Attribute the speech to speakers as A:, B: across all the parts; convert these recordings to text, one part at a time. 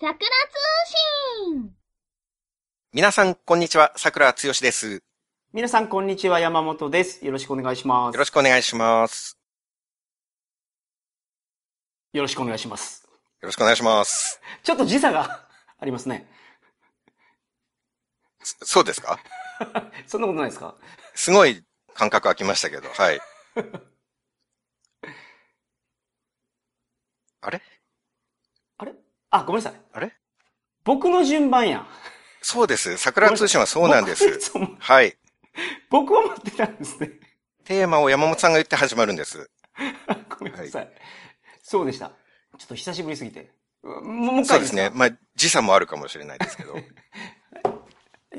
A: 桜通信
B: 皆さん、こんにちは。桜つよしです。よ
C: 皆さん、こんにちは。山本です。よろしくお願いします。
B: ろしくお願いします。
C: よろしくお願いします。
B: よろしくお願いします。
C: ちょっと時差が ありますね。
B: そそうですか
C: そんなことないですか
B: すごい感覚空きましたけど、はい。あれ
C: あれあ、ごめんなさい。
B: あれ
C: 僕の順番やん。
B: そうです。桜通信はそうなんで
C: 僕い
B: す。
C: つも
B: はい。
C: 僕を持ってたんですね。
B: テーマを山本さんが言って始まるんです。
C: ごめんなさい。そうでした。ちょっと久しぶりすぎて。うもうもう一
B: そう
C: 回
B: で
C: ですす
B: ね
C: か。
B: まあ、時差もあるかもしれないですけど。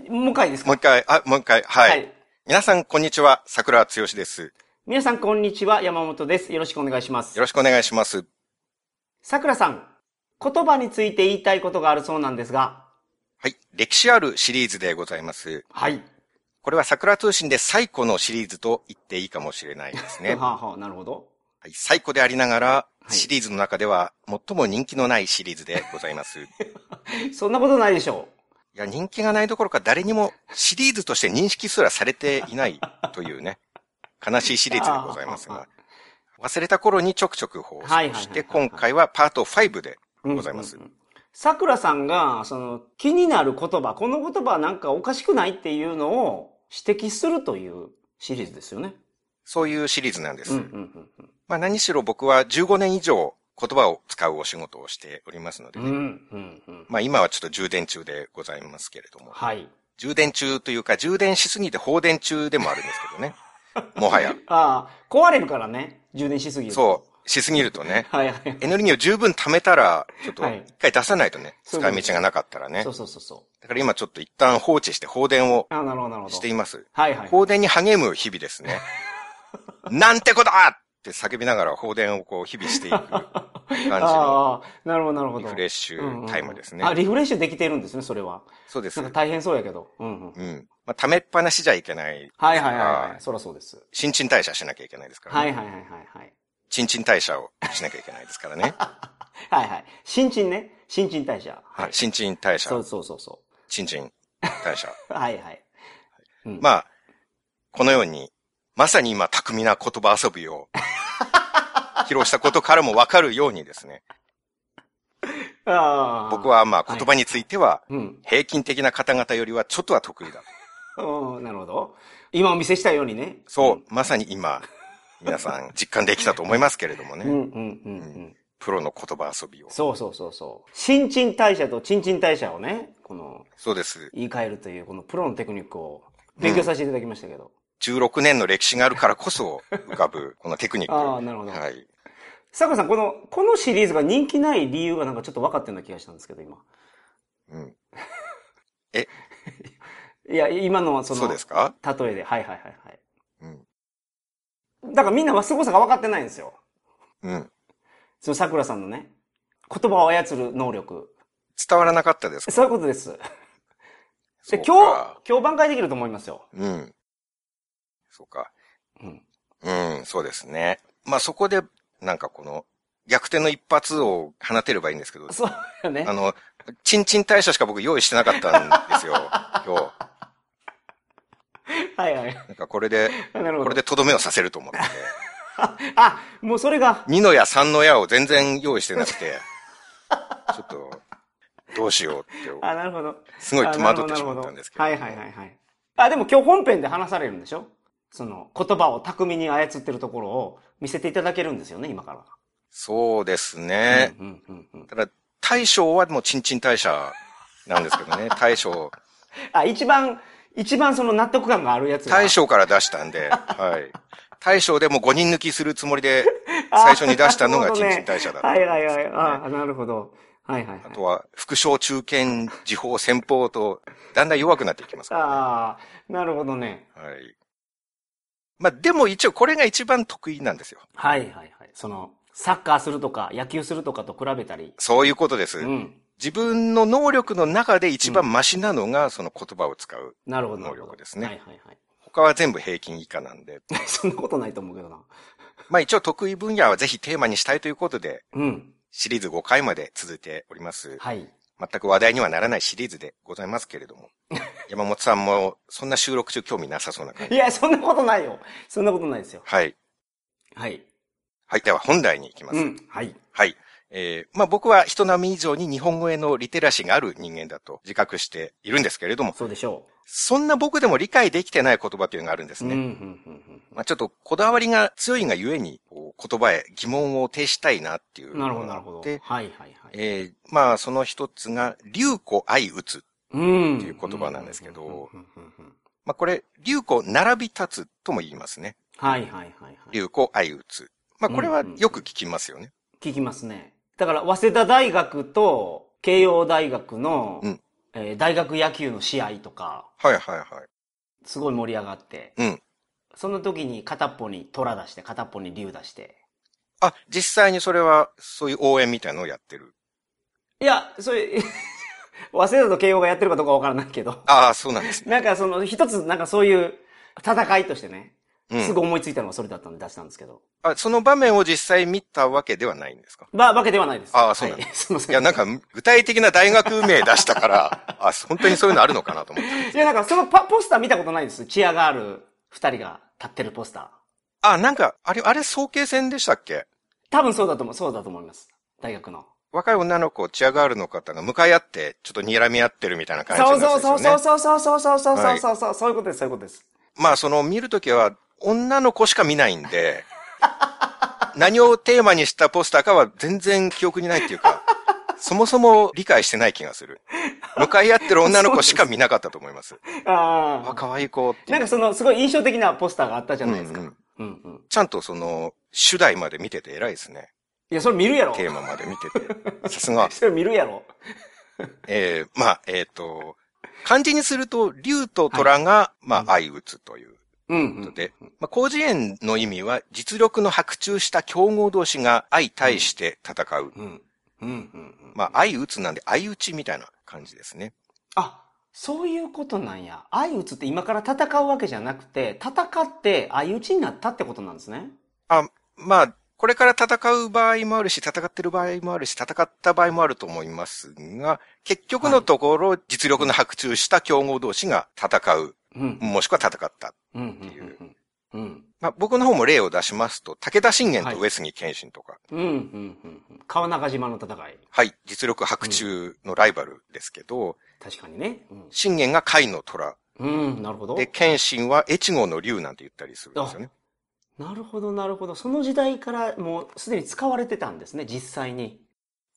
C: もう一回ですか
B: もう一回、あ、もう一回、はい。
C: はい。
B: 皆さん、こんにちは。桜つよしです。
C: 皆さん、こんにちは。山本です。よろしくお願いします
B: よ。ろしくお願いします。
C: さくらさん、言葉について言いたいことがあるそうなんですが。
B: はい。歴史あるシリーズでございます。
C: はい。
B: これは桜通信で最古のシリーズと言っていいかもしれないですね。
C: は
B: は
C: あはあ、なるほど。
B: い、最古でありながら、
C: い
B: シリーズの中では最も人気のないシリーズでござい ます。い
C: そんなことないでしょ
B: や、人気がないどころか誰にもシリーズとして認識すらされていないというね、悲しいシリーズでございますが、忘れた頃にちょくちょく放送
C: はいはいはい
B: して、今回はパート5で
C: う。
B: ございます
C: うんうんうん。さくらさんが、その、気になる言葉、この言葉はなんかおかしくないっていうのを指摘するというシリーズですよね。
B: そういうシリーズなんで
C: う
B: す。
C: んうんうんうん。
B: まあ何しろ僕は15年以上言葉を使うお仕事をしておりますので
C: う
B: ね、
C: ん、うん、うん。
B: まあ今はちょっと充電中でございますけれども。
C: はい。
B: 充電中というか、充電しすぎて放電中でもあるんですけどね。もはや。
C: ああ、壊れるからね。充電しすぎる。
B: そう、しすぎるとね。
C: う。はいはい。
B: エネルギーを十分貯めたら、ちょっと
C: はい
B: 一回出さないとね、
C: そういう
B: 使
C: こと
B: い道がなかったらね
C: そう。そうそうそう。
B: だから今ちょっと一旦放置して放電を
C: ああ、なるほど、なるほど。
B: しています。
C: はいはい。
B: 放電に励む日々です ね。なんてことだって叫びながら放電をこう日々していく感じの
C: ああ、なるほど、なるほど。
B: リフレッシュタイムですね
C: うんうんうんあ、。リフレッシュできてるんですね、それは。
B: そうです
C: なん。か大変そうやけど。うんうん。
B: うん。まあ、溜めっぱなしじゃいけない。
C: はいはいはい
B: あ
C: は
B: ー
C: い。そらそうです。
B: 新陳代謝しなきゃいけないですからね。
C: はいはいはいはいはい。
B: 新陳代謝をしなきゃいけないですから ね。
C: はいはい。新陳ね。新陳代謝。
B: はい、新陳代謝
C: そ、うそうそうそ
B: 新陳代謝。
C: う。はいはい。うん
B: まあ、このように、まさに今、巧みな言葉遊び を披露したことからもわかるようにですね、
C: あー
B: 僕。はまあ言葉については、
C: うん。
B: 平均的な方々よりはちょっとは得意だと。
C: うんなるほど。今お見せしたようにね。
B: そう、まさに今、皆さん実感できたと思いますけれども
C: うん。う
B: ね、
C: んうんうんうん。
B: プロの言葉遊びを。
C: そうそうそうそう。新陳代謝と新陳代謝をね、この、
B: そうです。
C: 言い換えるという、このプロのテクニックを勉強させていただきましたけど。
B: 16年の歴史があるからこそ浮かぶ、このテクニック。
C: ああ、なるほど。
B: はい。
C: さくらさん、この、このシリーズが人気ない理由がなんかちょっと分かってるような気がしたんですけど、今。
B: うん、
C: いや、今のはその、
B: そうですか、
C: 例えで、はいはいはいはい。
B: うん
C: だからみんなは凄さが分かってないんですよ。
B: うん。
C: そのさくらさんのね、言葉を操る能力。
B: 伝わらなかったですか
C: そういうことです。で
B: そう
C: 今
B: か
C: 日、今日挽回できると思いますよ。
B: うん。そうか。
C: うん。
B: うん、そうですね。まあそこで、なんかこの、逆転の一発を放てればいいんですけど、
C: そうよね
B: あ。の、チンチン大社しか僕用意してなかったんです よ。今日。
C: はいはい。
B: なんかこれで、
C: なるほ
B: これ
C: ど。
B: でとどめをさせると思って。
C: あ、もうそれが、
B: 二の矢三の矢を全然用意してなく て、ちょっと、どうしようって、
C: あ、なるほど。
B: すごい戸惑って
C: あ
B: し
C: なるほ
B: ま
C: ど
B: ったんですけど。
C: なるほどはいはいはいはい。あ、でも今日本編で話されるんでしょその言葉を巧みに操ってるところを見せていただけるんですよね、今から。
B: そうですね。
C: うんうんうんうん。
B: ただ、大将はもうチンチン大社なんですけどね。大将、
C: あ、一番、一番その納得感があるやつが
B: 大将から出したん で、はい。大将でも5人抜きするつもりで、最初に出したのがチンチン大社だったん
C: はい
B: です、
C: はいはい。ああ、なるほど。はいはい、はい。
B: あとは、副将、中堅、時報、先方と、だんだん弱くなっていきますから、
C: ああ、なるほどね。
B: ね。はい。まあ、でも一応これが一番得意なんですよ。
C: はいはいはい。その、サッカーするとか、野球するとかと比べたり。
B: そういうことです。
C: うん。
B: 自分の能力の中で一番マシなのが、その言葉を使う。
C: なるほどなるほど。
B: 能力ですね
C: はいはいはい。
B: 他は全部平均以下なんで。
C: そんなことないと思うけどな。
B: まあ一応得意分野はぜひテーマにしたいということで、
C: うん。
B: シリーズ5回まで続いております。
C: はい。
B: 全く話題にはならないシリーズでございますけれど も。山本さんも、そんな収録中興味なさそうな感
C: い
B: じ。
C: や、そんなことないよ。そんなことないですよ。
B: はい。
C: はい。
B: はい。では本題に行きます。
C: うん。はい。
B: はい。えーまあ僕は人並み以上に日本語へのリテラシーがある人間だと自覚しているんですけれども、
C: そうでしょ
B: そんな僕でも理解できてない言葉というのがあるんです
C: う。う
B: ね。
C: ん、うん、うん。
B: まあちょっとこだわりが強いがゆえに、こう言葉へ疑問を呈したいなっていううん
C: なるほ
B: の
C: ど、
B: が
C: な
B: あ
C: る
B: って。
C: ほど。はい、はい、はい。
B: えーまあその一つが、流子愛打つ。
C: うん。
B: っていう言葉なんですけど
C: うん。うんうんうんうん
B: まあこれ、流子並び立つとも言いますね。
C: はい、はい、はい。はい
B: 流子愛打つ。まあこれはよく聞きますよね。
C: 聞きますね。だから、早稲田大学と慶応大学の
B: うん、
C: えー大学野球の試合とか、
B: はいはいはい。
C: すごい盛り上がって、
B: うん。
C: その時に片っぽに虎出して、片っぽに竜出して。
B: あ、実際にそれは、そういう応援みたいなのをやってる。
C: いや、それ、 早稲田と慶応がやってるかどうかわからないけど。
B: ああ、そうなんですね。
C: なんかその一つ、なんかそういう戦いとしてね、
B: うん
C: すぐ思いついたのがそれだったんで出したんですけど。
B: あ、その場面を実際見たわけではないんですか
C: ば、わけではないです。
B: あーそうなん
C: は
B: だ
C: い、 すいませ
B: い
C: ん。
B: や、なんか、具体的な大学名出した から、あ、本当にそういうのあるのかなと思って。
C: いや、なんかそのパポスター見たことないです。チアガール二人が立ってるポスター。
B: あ、なんか、あれ、あれ、早慶戦でしたっけ
C: 多分そうだと思う、そうだと思います。大学の。
B: 若い女の子、チアガールの方が向かい合って、ちょっと睨み合ってるみたいな感じ
C: そう
B: のやつ
C: そ
B: で
C: う
B: す
C: そ
B: よね。
C: うそうそうそうそうそうそう
B: はい
C: そうそう、そういうことです、そういうことです。
B: まあ、その、見るときは、女の子しか見ないんで、 何をテーマにしたポスターかは全然記憶にないっていうか、そもそも理解してない気がする。向かい合ってる女の子しか見なかったと思います。あ、
C: あ
B: 可愛い子って
C: あ。なんかその、すごい印象的なポスターがあったじゃないですか。
B: う
C: うんん
B: う
C: うんん。
B: ちゃんとその、主題まで見てて偉いですね。
C: いや、それ見るやろ。
B: テーマまで見てて。さすが。
C: それ見るやろ。
B: えー、まあ、えっ、と、漢字にすると、竜と虎が、まあ、相打つという
C: うん、う
B: こと
C: ん。
B: で、まあ、広辞苑の意味は、実力の白昼した競合同士が相対して戦う。
C: うん。うん、うん。
B: まあ、相打つなんで、相打ちみたいな感じですね。
C: あ、そういうことなんや。相打つって今から戦うわけじゃなくて、戦って相打ちになったってことなんですね。
B: あ、まあ、これから戦う場合もあるし、戦ってる場合もあるし、戦った場合もあると思いますが、結局のところ、実力の白昼した競合同士が戦う、
C: うん。
B: もしくは戦った。
C: うん。うん
B: ていう
C: うん。うん。
B: まあ、僕の方も例を出しますと、武田信玄と上杉謙信とか、
C: うん。うん。うんうん。川中島の戦い。
B: はい、実力白昼のライバルですけど、
C: 確かにね。
B: 信玄が甲斐の虎、
C: うん。うん。なるほど。
B: で、謙信は越後の竜なんて言ったりするんですよね。
C: なるほど、なるほど。その時代からもうすでに使われてたんですね、実際に。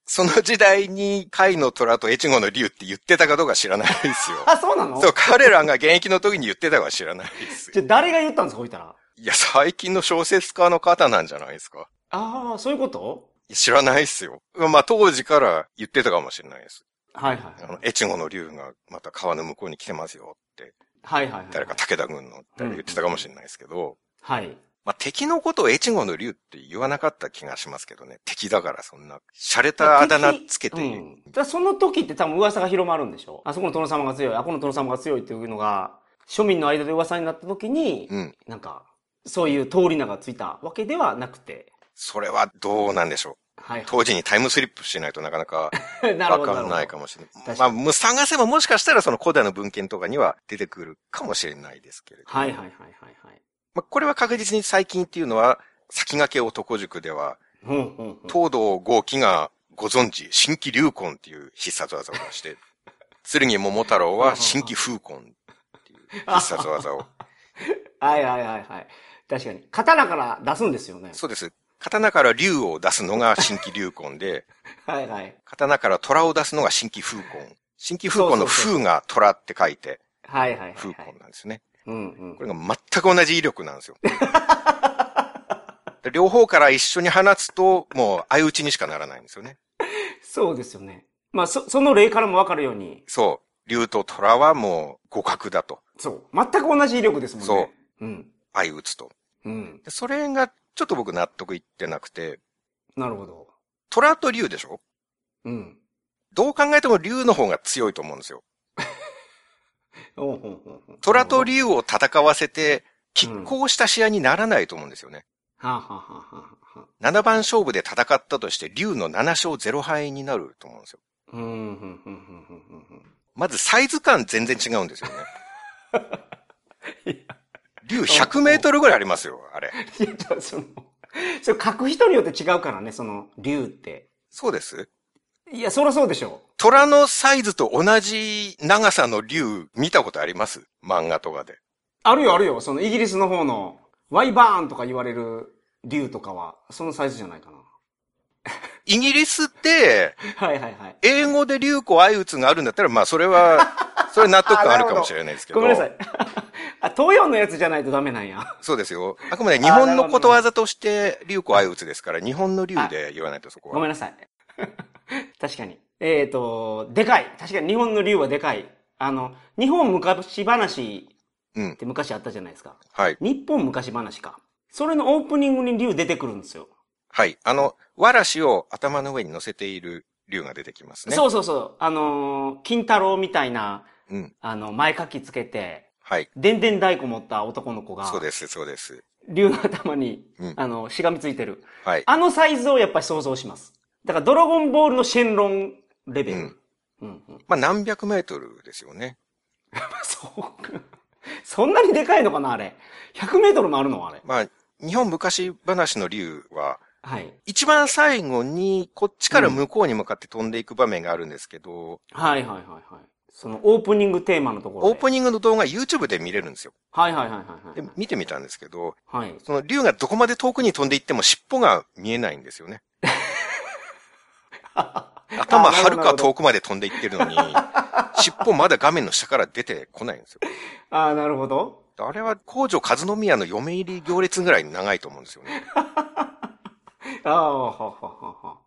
B: その時代に甲斐の虎と越後の竜って言ってたかどうか知らないですよ。
C: あ、そうなの
B: そう、彼らが現役の時に言ってたかは知らないです よ
C: じゃあ誰が言ったんですか、こいたら。
B: いや、最近の小説家の方なんじゃないですか。
C: ああ、そういうこと
B: いや知らないっすよ。まあ、当時から言ってたかもしれないです。
C: はいはい
B: あの、越後の竜がまた川の向こうに来てますよって、
C: はい。はいはいはい。
B: 誰か武田軍の誰か言ってたかもしれないですけど、
C: はい。
B: まあ、敵のことを越後の竜って言わなかった気がしますけどね。敵だからそんな、洒落たあだ名つけて、
C: うんだからその時って多分噂が広まるんでしょあそこの殿様が強い、あこの殿様が強いっていうのが、庶民の間で噂になった時に、
B: うん。
C: なんか、そういう通り名がついたわけではなくて。
B: それはどうなんでしょう。
C: はいは
B: 当時にタイムスリップしないとなかなか
C: い。 なる
B: わ
C: ほど。
B: かんないか
C: も。
B: もしれ
C: な
B: ない。
C: るほど確
B: まあ、
C: か
B: もう探せばもしかしたらその古代の文献とかには出てくるかもしれないですけれど。
C: はいはいはいはいはい。
B: まあ、これは確実に最近っていうのは、先駆け男塾では、
C: うんうんうん。
B: 東堂豪輝がご存知、新規流魂っていう必殺技を出 して、剣桃太郎は新規風魂っていう必殺技 を。
C: はいはいはいはい。確かに。刀から出すんですよね。
B: そうです。刀から竜を出すのが新規流魂で、
C: はいはい。
B: 刀から虎を出すのが新規風魂。新規風魂の
C: そうそう
B: 風が虎って書いて、
C: はいはいはい、
B: 風
C: は
B: 魂
C: い。
B: なんですね。
C: うんうん
B: こ。れが全く同じ威力なんですよ。で両方から一緒に放つと、もう相打ちにしかならないんですよね。
C: そうですよね。まあ、そ、その例からもわかるように、
B: そう。竜と虎はもう互角だと。
C: そう。全く同じ威力ですもんね。。
B: そう
C: うん。
B: 相打つと。
C: うん。
B: でそれがちょっと僕納得いってなくて、
C: なるほど。
B: 虎と竜でしょ
C: うん。
B: どう考えても竜の方が強いと思うんですよ。
C: おうほうほうほう
B: 虎と竜を戦わせて、拮抗した試合にならないと思うんですよね。
C: はあ、はあはあはあは
B: 7番勝負で戦ったとして、竜の7勝0敗になると思うんですよ。
C: うん、うん、うん、うん、うんうん。
B: まずサイズ感全然違うんですよ
C: い
B: ね。竜100メートルぐらいありますよ、あれ。
C: いや、だからその、それ書く人によって違うからね、その、竜って。
B: そうです。
C: いや、そらそうでしょ
B: 虎のサイズと同じ長さの竜見たことあります漫画とかで。
C: あるよ、あるよ。その、イギリスの方の、ワイバーンとか言われる竜とかは、そのサイズじゃないかな。
B: イギリスって、
C: はいはいはい。
B: 英語で竜子愛打つがあるんだったら、まあそれ は、それ納得感あるかもしれないですけど。
C: ごめんなさい。あ、東洋のやつじゃないとダメなん や。
B: そうですよ。あくまで日本のことわざとして、竜子愛打つですから、日本の竜で言わないとそこ
C: ご
B: は。
C: めんなさい。確かに。えっ、ー、と、でかい。確かに日本の竜はでかい。あの、日本昔話
B: うん
C: って昔あったじゃないですか。
B: はい。
C: 日本昔話か。それのオープニングに竜出てくるんですよ。
B: はい。あの、わらしを頭の上に乗せている竜が出てきますね。
C: そうそうそう。あのー金太郎みたいな、
B: うん。
C: あの、前書きつけて、
B: はい。
C: でんでん太鼓持った男の子が、
B: そうです、そうです。
C: 竜の頭に、
B: うん
C: あの、しがみついてる。
B: はい。
C: あのサイズをやっぱり想像します。だから、ドラゴンボールのシェンロンレベル。
B: うん
C: うんうん
B: まあ、何百メートルですよね。
C: そうか。そんなにでかいのかな、あれ。100メートルもあるの、あれ。
B: まあ、日本昔話の竜は、
C: はい。
B: 一番最後に、こっちから向こうに向かって飛んでいく場面があるんですけど、
C: はいはいはいはい。そのオープニングテーマのところ
B: オープ
C: ング
B: ニングの動画 YouTube で見れるんですよ。
C: はいはいはいはい
B: で
C: はい。、
B: 見てみたんですけど、
C: はい。
B: その竜がどこまで遠くに飛んでいっても尻尾が見えないんですよね。頭
C: あ
B: は
C: なる
B: る
C: ほどなる
B: か
C: ほど
B: 遠くまで飛んでいってるのに、尻尾まだ画面の下から出てこないんですよ。
C: ああ、なるほど。
B: あれは工場和宮の嫁入り行列ぐらい長いと思うんですよね。
C: ああ、はははは。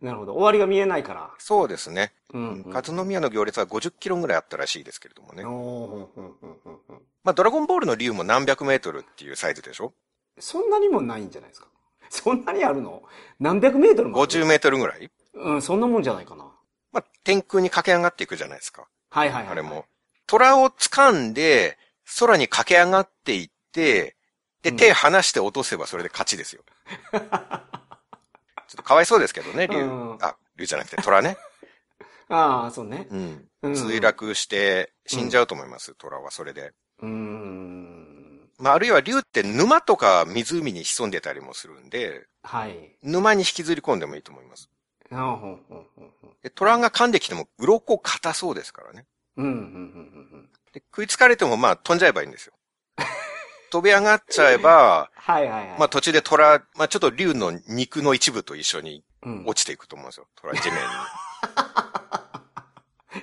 C: なるほど。終わりが見えないから。
B: そうですね。
C: うん、うん。
B: 和宮の行列は50キロぐらいあったらしいですけれどもね。
C: おーうんうんうんうん
B: まあ、ドラゴンボールの竜も何百メートルっていうサイズでしょ
C: そんなにもないんじゃないですか。そんなにあるの何百メートルもある
B: ?50 メートルぐらい
C: うん、そんなもんじゃないかな。
B: まあ、天空に駆け上がっていくじゃないですか。
C: はいはいはい。
B: あれも。。虎を掴んで、空に駆け上がっていって、で、
C: うん
B: 手離して落とせばそれで勝ち ですよ。ちょっとかわいそうですけどね、竜。
C: うん
B: あ、竜じゃなくて虎ね。
C: ああ、そうね。
B: うん。
C: うん
B: 墜落して死んじゃうと思います、虎はそれで。
C: うーん。
B: まあ、あるいは竜って沼とか湖に潜んでたりもするんで、
C: はい。
B: 沼に引きずり込んでもいいと思います。
C: ああ、ほんほんほんほん。
B: で、虎が噛んできても鱗硬そうですからね。
C: うん、うん、うん、うん。
B: で、食いつかれてもまあ飛んじゃえばいいん ですよ。飛び上がっちゃえば、
C: はいはいはい。
B: まあ途中で虎、まあちょっと竜の肉の一部と一緒に
C: うん、
B: 落ちていくと思うんですよ。虎 地面に。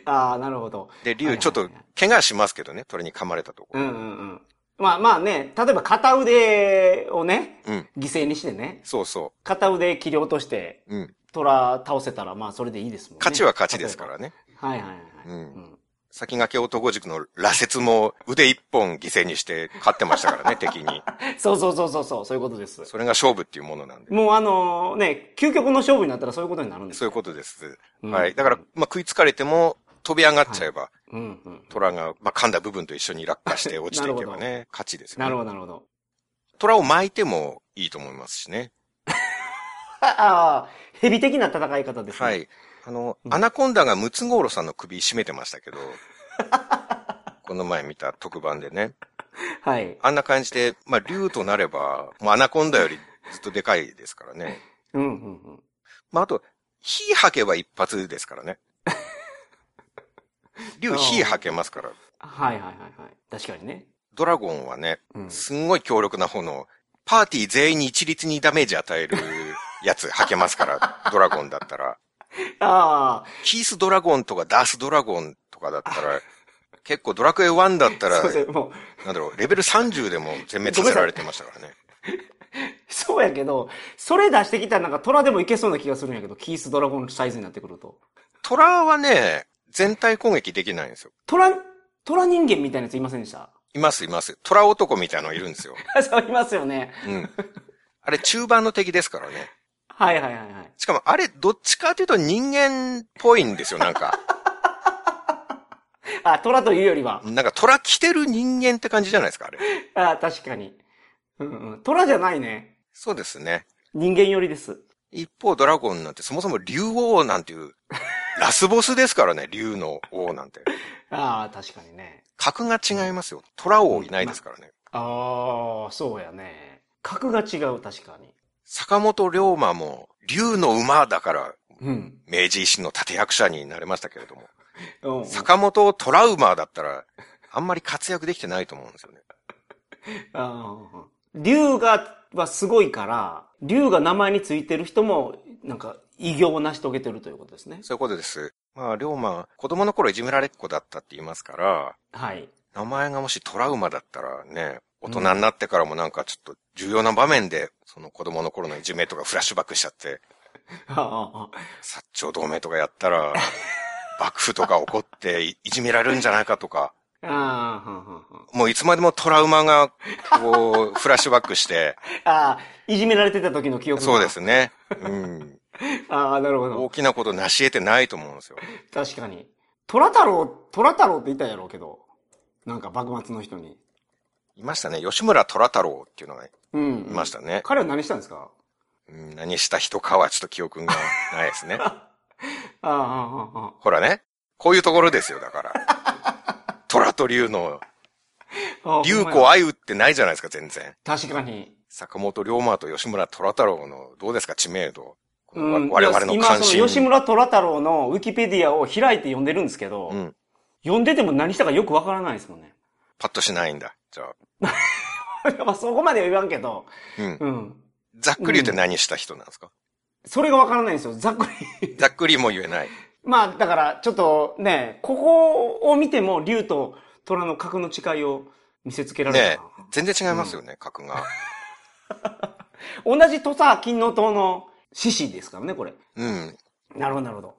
C: ああ、なるほど。
B: で、
C: はいは
B: 竜
C: いはい
B: ちょっと怪我しますけどね、虎に噛まれたとこ
C: う
B: ろ。
C: んうんうん。まあまあね、例えば片腕をね、
B: うん。
C: 犠牲にしてね、
B: そうそ
C: 片腕切り落として、
B: う。うん。
C: 虎倒せたら、まあそれでいいですもんね。
B: 勝ちは勝ちですからね。
C: 例えば。はいはいはい。
B: うん先駆け男塾の羅刹も腕一本犠牲にして勝ってました からね、敵に。
C: そうそうそうそうそう、そういうことです。
B: それが勝負っていうものなんで。
C: もうあのね、究極の勝負になったらそういうことになるんです。
B: そういうこととです。
C: うん
B: はい。だから、まあ食いつかれても飛び上がっちゃえば、
C: うんうん。
B: 虎が、まあ、噛んだ部分と一緒に落下して落ちていけば
C: な
B: ね、勝ちですよね。
C: なるほどなるほど。
B: 虎を巻いてもいいと思いますしね。
C: ああ、ヘビ的な戦い方ですね。
B: は。い。あの、
C: うん
B: アナコンダがムツゴロウさんの首絞めてま したけど、この前見た特番でね。
C: はい。
B: あんな感じで、まあ、竜となれば、もうアナコンダよりずっとでかいですからね。
C: うんうんうん。
B: まあ、あと、火吐けば一発ですから ね。竜火吐けますから。
C: はいはいはいはい。確かにね。
B: ドラゴンはね、
C: うん。
B: すんごい強力な炎。パーティー全員に一律にダメージ与 えるやつ吐けますから、ドラゴンだったら。
C: あ
B: キースドラゴンとかダースドラゴンとかだったら、結構ドラクエ1だった
C: あ、
B: ら
C: すい、ません、もう、
B: なんだろう、レベル30でも全滅させられてました からね。
C: そうやけど、それ出してきたらなんか虎でもいけそうな気がするんやけど、キースドラゴンサイズになってくると。
B: トラはね、全体攻撃できないんですよ。
C: 虎、虎人間みたいなやついませんでした
B: いますいます。トラ男みたいなのいるんですよ。
C: そう、いますよね。
B: うん。あれ中盤の敵ですからね。
C: はいはいはいはい。
B: しかもあれどっちかというと人間っぽいんですよ、なんか。
C: あ、虎というよりは。
B: なんかトラ着てる人間って感じじゃないですか、あれ。
C: あ、確かに。うんうん。虎じゃないね。
B: そうですね。
C: 人間寄りです。
B: 一方、ドラゴンなんてそもそも竜王なんていうラスボスですからね、竜の王なんて。
C: ああ、確かにね。
B: 格が違いますよ。虎王いないですからね。
C: ああ、そうやね。格が違う、確かに。
B: 坂本龍馬も、竜の馬だから、
C: うん。
B: 明治維新の立役者になれましたけれども、
C: うん
B: 坂本虎馬だったら、あんまり活躍できてないと思うんですよね。
C: ああ。竜が、はすごいから、竜が名前についてる人も、なんか、偉業を成し遂げてるということですね。
B: そういうことです。まあ、龍馬、子供の頃いじめられっ子だったって言いますから、
C: はい。
B: 名前がもし虎馬だったらね、大人になってからもなんかちょっと重要な場面で、その子供の頃のいじめとかフラッシュバックしちゃって、
C: ああ
B: 薩長同盟とかやったら、幕府とか起こっていいじめられるんじゃないかとか、
C: ああ、ああはんはんはん
B: もういつまでもトラウマが、こう、フラッシュバックして、
C: ああ、いじめられてた時の記憶が
B: そうで。すね。うん。
C: ああ、なるほ
B: 大
C: ど。
B: きなこと成し得てないと思うんですよ。
C: 確かに。虎太郎、虎太郎って言ったんやろうけど、なんか幕末の人に。
B: いましたね。吉村虎太郎っていうのがい
C: うん。い
B: ましたね。
C: 彼は何したんですか
B: うん何した人かはちょっと記憶がないですね。
C: ああ、ああ、ああ。
B: ほらね。こういうところですよ、だから。 虎と竜の、
C: あ
B: 竜
C: ほんま
B: 子
C: や
B: 愛うってないじゃないですか、全然。
C: 確かに。
B: 坂本龍馬と吉村虎太郎の、どうですか、知名度。こ
C: う
B: の
C: ん、
B: 我々の
C: 今
B: 関
C: その
B: 心。
C: 吉村虎太郎のウィキペディアを開いて読んでるんですけど、
B: うん。
C: 読んでても何したかよくわからないですもんね。
B: パッとしないんだ。じゃあ。
C: まあそこまでは言わんけど、
B: うん。
C: うん。
B: ざっくり言って何した人なんですか、
C: それがわからないんですよ、ざっくり。
B: ざっくりも言えない。
C: まあ、だから、ちょっとね、ここを見ても、竜と虎の格の誓いを見せつけられ
B: ねえ
C: たな。。
B: 全然違いますよね、格が。
C: 同じ土佐金の党の獅子ですからね、これ。
B: うん。
C: なるほど、なるほど。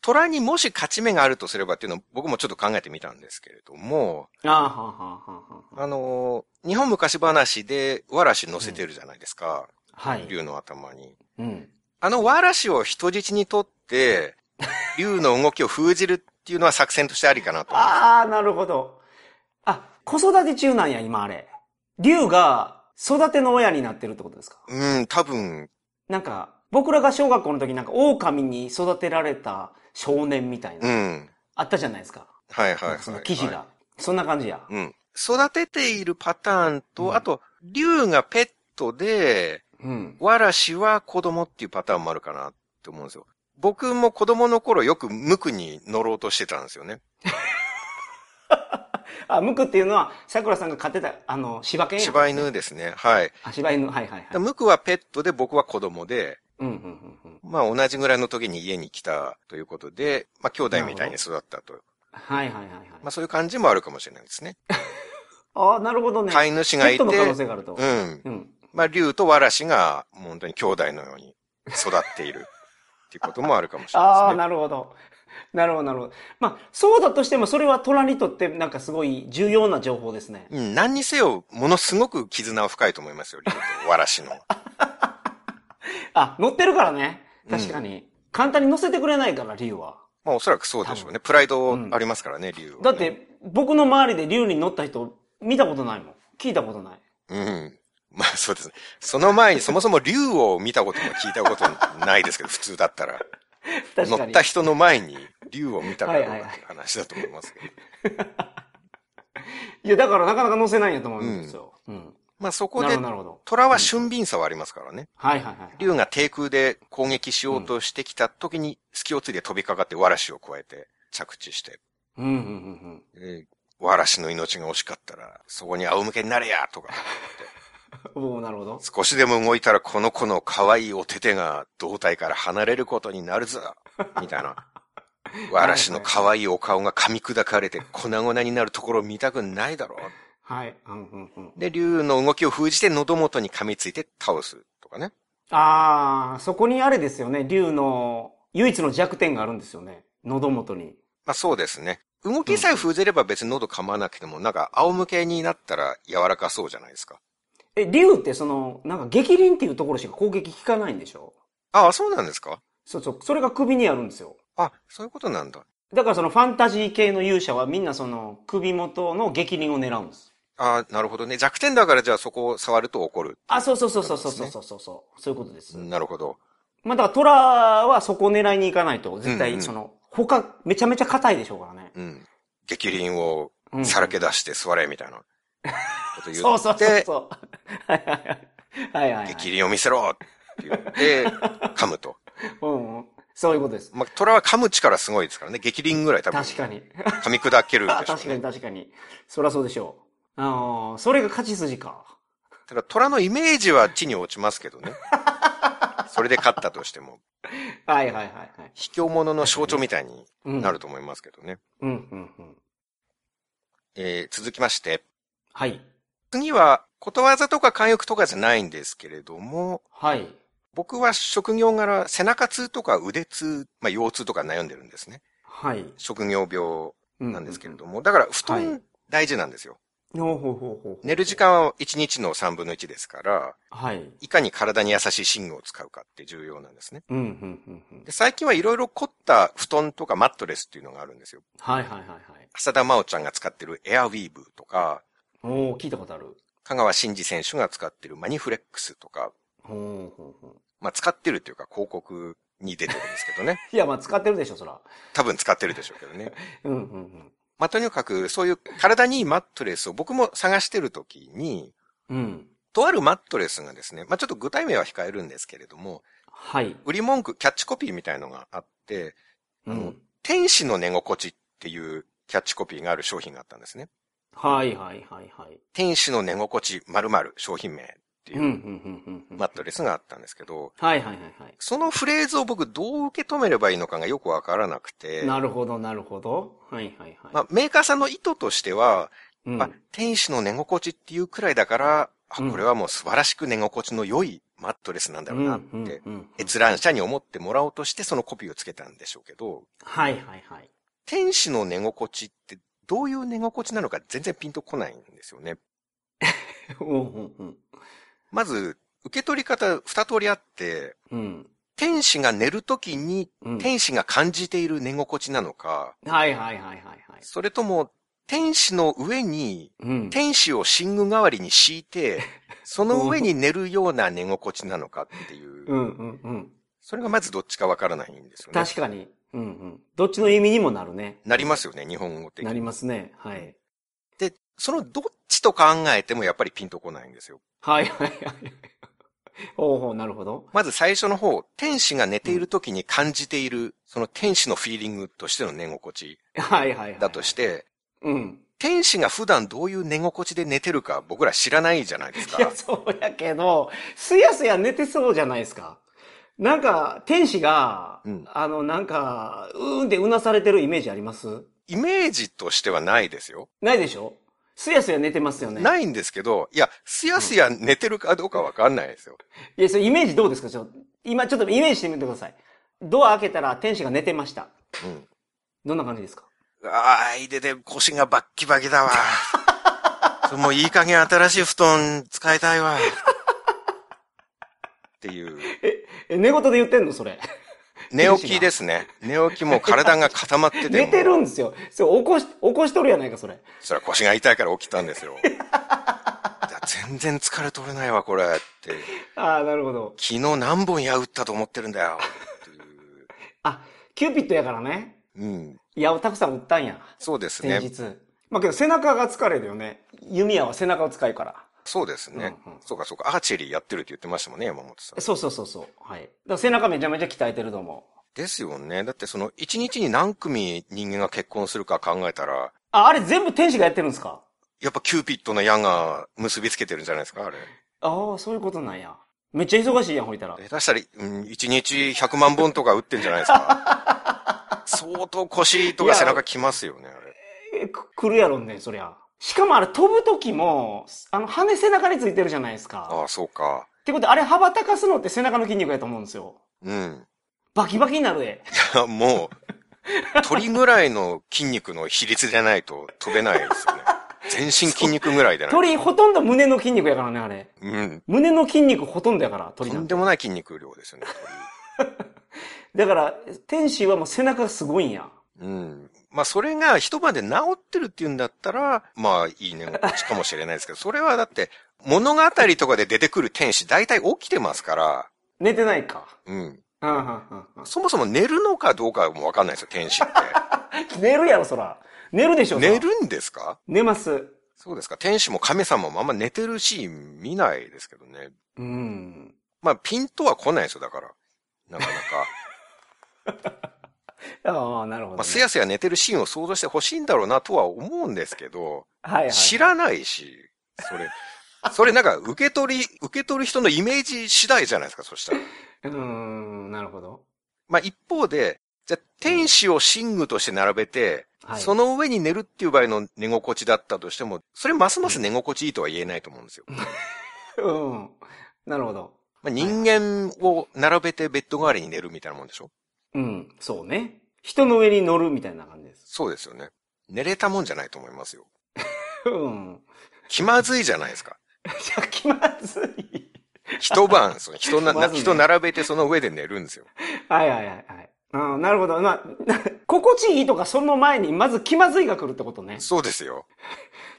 B: 虎にもし勝ち目があるとすればっていうのを僕もちょっと考えてみたんですけれども、
C: ああ、はあ、はあ、はあ。
B: あのー日本昔話でわらし乗せてるじゃないですか。
C: はい。
B: 竜の頭に。
C: うん。
B: あのわらしを人質にと って、竜の動きを封じるっていうのは作戦としてありかなと。
C: ああ、なるほど。あ、子育て中なんや、今あれ。竜が育ての親になってるってことですか
B: うん、多分、
C: なんか、僕らが小学校の時なんか狼に育てられた少年みたいうな、
B: ん。
C: あったじゃないですか。
B: はいはい
C: な
B: は
C: ん
B: い。
C: かその記事が。そんな感じや。
B: うん。育てているパターンと、
C: うん
B: あと、竜がペットで、
C: うん。
B: わらしは子供っていうパターンもあるかなって思うんですよ。僕も子供の頃よく無垢に乗ろうとしてたんですよね。
C: あ、ムクっていうのは、桜さんが飼ってた、あの、柴犬や。
B: 柴犬ですね。はい。
C: あ、柴犬、はいはい
B: だ
C: はい。
B: 無垢はペットで僕は子供で、
C: うん、うん、うんうん。
B: まあ同じぐらいの時に家に来たということで、まあ兄弟みたいに育ったと。
C: はいはいはいはい。
B: まあそういう感じもあるかもしれないですね。
C: ああ、なるほどね。
B: 飼い主が
C: ペッ
B: い
C: ト
B: て、
C: の可能性があると。
B: うん。
C: うん。
B: まあ竜とわらしがもう本当に兄弟のように育っているっていうこともあるかもしれ
C: あ
B: ないです
C: あ、
B: ね。
C: なるほど。なるほど、なるほど。まあ、そうだとしても、それは虎にとって、なんかすごい重要な情報ですね。
B: うん、何にせよ、ものすごく絆は深いと思いますよ、竜とわらしの。
C: あ、乗ってるからね。確かに。簡単に乗せてくれないから、竜は。
B: まあおそらくそうでしょうね。プライドありますからね、竜、
C: だっ、て、僕の周りで竜に乗った人、見たことないもん。聞いたことない。
B: うん。まあそうですね。その前にそもそも竜を見たことも聞いたことないですけど、普通だったら。
C: 確
B: 乗
C: かに。
B: った人の前に竜を見たかどうか
C: はいはい
B: っ
C: はい
B: ていう話だと思いますけど。
C: いや、だからなかなか乗せないんやと思うんですよ。うん。
B: まあそこ
C: なる
B: で
C: ほど、、なるほど。
B: 虎は俊敏さはありますからね。
C: はいはいはい。
B: 竜が低空で攻撃しようとしてきた時に、隙をついて飛びかかってわらしを加えて着地して、
C: うんうんうん
B: えーわらしの命が惜しかったら、そこに仰向けになれやとか。
C: うん。おーなるほど。
B: 少しでも動いたらこの子の可愛いお手手が胴体から離れることになるぞみたい な。わらしの可愛いお顔が噛み砕かれて粉々になるところを見たくないだろ
C: はい。うんうんうん
B: う。。で、竜の動きを封じて喉元に噛みついて倒すとかね。
C: あー、そこにあれですよね。竜の唯一の弱点があるんですよね。喉元に。
B: まあそうですね。動きさえ封じれば別に喉噛まなくても、なんか仰向けになったら柔らかそうじゃないですか。
C: え、竜ってその、なんか逆鱗っていうところしか攻撃効かないんでしょ
B: ああ、そうなんですか
C: そうそう。それが首にあるんですよ。
B: あ、そういうことなんだ。
C: だからそのファンタジー系の勇者はみんなその首元の逆鱗を狙うんです。
B: ああ、なるほどね。弱点だからじゃあそこを触ると怒る。
C: あ、そうそうそうそうそうそうそうそうそう。そういうことです。
B: なるほど。
C: まあだから虎はそこを狙いに行かないと、絶
B: うんう
C: 対
B: ん
C: その他めちゃめちゃ硬いでしょうからね。
B: うん。激輪を
C: うん
B: さらけ出して座れ、みたいな。こと言って、
C: そうそうそうそう。はいはいはい。はいはい、はい。
B: 激輪を見せろって言って、噛むと。
C: うんうん。そういうことです。
B: まあ、虎は噛む力すごいですからね。激輪ぐらい多分
C: 確かに。
B: 噛み砕けるでしょう、ね。
C: 確かに確かに。そりゃそうでしょう。ああ、それが勝ち筋か。
B: ただ虎のイメージは地に落ちますけどね。 それで勝ったとしても、
C: はいはいはいはい。
B: 卑怯者の象徴みたいに
C: うん
B: なる。と思いますけどね。
C: うんうんうん。
B: えー続きまして、
C: はい。
B: 次はことわざとか慣用句とかじゃないんですけれども、
C: はい。
B: 僕は職業柄背中痛とか腕痛、まあ腰痛とか悩んでるんですね。
C: はい。
B: 職業病
C: う
B: なんですけれども。だから布
C: は
B: 団大事なんですよ。
C: ほうほうほうほう。
B: 寝る時間は1日の3分の1ですから、
C: はい。
B: いかに体に優しい寝具を使うかって重要なんですね。
C: うんうんうんうん
B: で。最近はいろいろ凝った布団とかマットレスっていうのがあるんですよ。
C: はいはいはいはい。
B: 浅田真央ちゃんが使ってるエアウィーブとか、
C: おお聞いたことある。
B: 香川真司選手が使ってるマニフレックスとか、
C: ほうほうほう。
B: まあ使ってるというか広告に出てるんですけ どね。
C: いや、まあ使ってるでしょ、そら。
B: 多分使ってるでしょうけどね。
C: うんうんうん。
B: まあとにかくそういう体にいいマットレスを僕も探してるときに、
C: うん。
B: とあるマットレスがですね、まあちょっと具体名は控えるんですけれども、
C: はい。
B: 売り文句、キャッチコピーみたいのがあって、
C: う
B: あの
C: ん。
B: 天使の寝心地っていうキャッチコピーがある商品があったんですね。
C: はいはいはいはい。
B: 天使の寝心地〇〇商品名って
C: うん
B: い
C: う
B: う
C: んうんうん。
B: マットレスがあったんですけど、
C: はいはいはいは
B: そのフレーズを僕どう受け止めればいいのかがよくわからなくて、
C: い。なるほどなるほど。はいはいはい。
B: まあ、メーカーさんの意図としては、
C: うん
B: まあ、天使の寝心地っていうくらいだから、あ
C: うん
B: これはもう素晴らしく寝心地の良いマットレスなんだろうなって、
C: うんうんうん
B: 閲覧者に思ってもらおうとしてそのコピーをつけたんでしょうけど、
C: はいはいはい。
B: 天使の寝心地ってどういう寝心地なのか全然ピンとこないんですよね。
C: うんうんうん。
B: まず、受け取り方二通りあって、
C: うん
B: 天使が寝るときに
C: うん。
B: 天使が感じている寝心地なのか、
C: はいはいはいはいはい。
B: それとも、天使の上に、
C: うん。
B: 天使を寝具代わりに敷いて、 その上に寝るような寝心地なのかっていう
C: う、んうんうん。
B: それがまずどっちかわからないんですよね。
C: 確かに。うんうん。どっちの意味にもなるね。
B: なりますよね、日本語的
C: なり
B: に。
C: ますね。はい。
B: で、そのどっちと考えてもやっぱりピンとこないんですよ。
C: はいはいはい。ほうほう、なるほど。
B: まず最初の方、天使が寝ている時に感じている、その天使のフィーリングとしての寝心地
C: はいはいはい。
B: だとし。て、
C: うん。
B: 天使が普段どういう寝心地で寝てるか僕ら知らないじゃないです
C: いや、
B: か。
C: そうやけど、すやすや寝てそうじゃないですか。なんか、天使が、
B: うん
C: あの、なんか、うーんってうなされてるイメージあります
B: イメージとしてはないですよ。
C: ないでしょすやすや寝てますよね。い。
B: ないんですけど、いや、すやすや寝てるかどうかわかんないですよ。
C: いや、それイメージどうですかちょっと、今ちょっとイメージしてみてください。ドア開けたら天使が寝てました。
B: うん。
C: どんな感じですか
B: ああ、いでで腰がバッキバキ だわ。それもういい加減新しい布団使いたいわ。っていう。
C: え、寝言で言ってんのそれ。
B: 寝起きですね。寝起きもう体が固まってて。
C: 寝てる
B: もうん
C: ですよ。それ起こし、起こしとるやないか、それ。
B: それは腰が痛いから起きたんですよ。いや全然疲れ取れないわ、これ。って。
C: ああ、なるほど。
B: 昨日何本矢打ったと思ってるんだよ。っていう。
C: あ、キューピッドやからね。
B: うん。
C: 矢をたくさん打ったんや。
B: そうです
C: 前
B: ね。
C: 日。まあけど背中が疲れるよね。弓矢は背中を使うから。
B: そうですね。
C: うんうん
B: そうかそうか。アーチェリーやってるって言ってましたもんね、山本さん。
C: そうそうそうそう。はい。だから背中めちゃめちゃ鍛えてると思う。
B: ですよね。だってその、一日に何組人間が結婚するか考えたら、
C: あ、あれ全部天使がやってるんですか
B: やっぱキューピッドの矢が結びつけてるんじゃないですか、あれ。
C: ああ、そういうことなんや。めっちゃ忙しいやん、ほいたら。
B: 下手したら、うん、一日100万本とか打ってんじゃないですか。 相当腰とか背中きますよね、あれ。
C: え、く来るやろね、そりゃ。しかもあれ飛ぶ時も、あの、羽背中についてるじゃないです
B: あ
C: か。
B: あ、そうか。
C: ってことであれ羽ばたかすのって背中の筋肉やと思うんですよ。
B: うん。
C: バキバキになるで。
B: いや、もう、鳥ぐらいの筋肉の比率でないと飛べないです よね。全身筋肉ぐらいでない。
C: 鳥、ほとんど胸の筋肉やからね、あれ。
B: うん。
C: 胸の筋肉ほとんどやから、鳥
B: と
C: なん
B: んで
C: て。
B: もない筋肉量ですよね、鳥
C: だから、天使はもう背中がすごいんや。
B: うん。まあ、それが一晩で治ってるっていうんだったら、まあ、いいね、かもしれないですけど、それはだって、物語とかで出てくる天使、大体起きてますから、
C: 寝てないか。
B: うん。
C: うんうんうんう
B: そもそも寝るのかどうかもわかんないですよ、天使っ
C: ん寝るやろ、そら。寝るでしょ、
B: て。
C: そら
B: 寝るんですか
C: 寝ます。
B: そうですか。天使も神様もあんま寝てるシーン見ないですけどね。
C: うん。
B: まあ、ピンとは来ないですよ、だから。なかなか。
C: ああ、なるほど、ね。
B: まあ、すやすや寝てるシーンを想像してほしいんだろうなとは思うんですけど、
C: はいはい。
B: 知らないし、それ。 それなんか、受け取り、受け取る人のイメージ次第じゃないですか、そしたら。
C: うーん、なるほど。
B: まあ、一方で、じゃあ、天使を寝具として並べて、
C: はい。
B: その上に寝るっていう場合の寝心地だったとしても、それますます寝心地いいとは言えないと思うんですよ。
C: うん。なるほど。
B: まあ、人間を並べてベッド代わりに寝るみたいなもんでしょ
C: うん、そうね。人の上に乗るみたいな感じです。
B: そうですよね。寝れたもんじゃないと思いますよ。
C: うん。
B: 気まずいじゃないですか。
C: じゃあ気まずい。
B: 一晩、その人な、
C: 気ま
B: な
C: ずいね
B: 人並べてその上で寝るんですよ。
C: はいはいはいはい。ああ、なる ほど。まあ、心地いいとかその前に、まず気まずいが来るってことね。
B: そうですよ。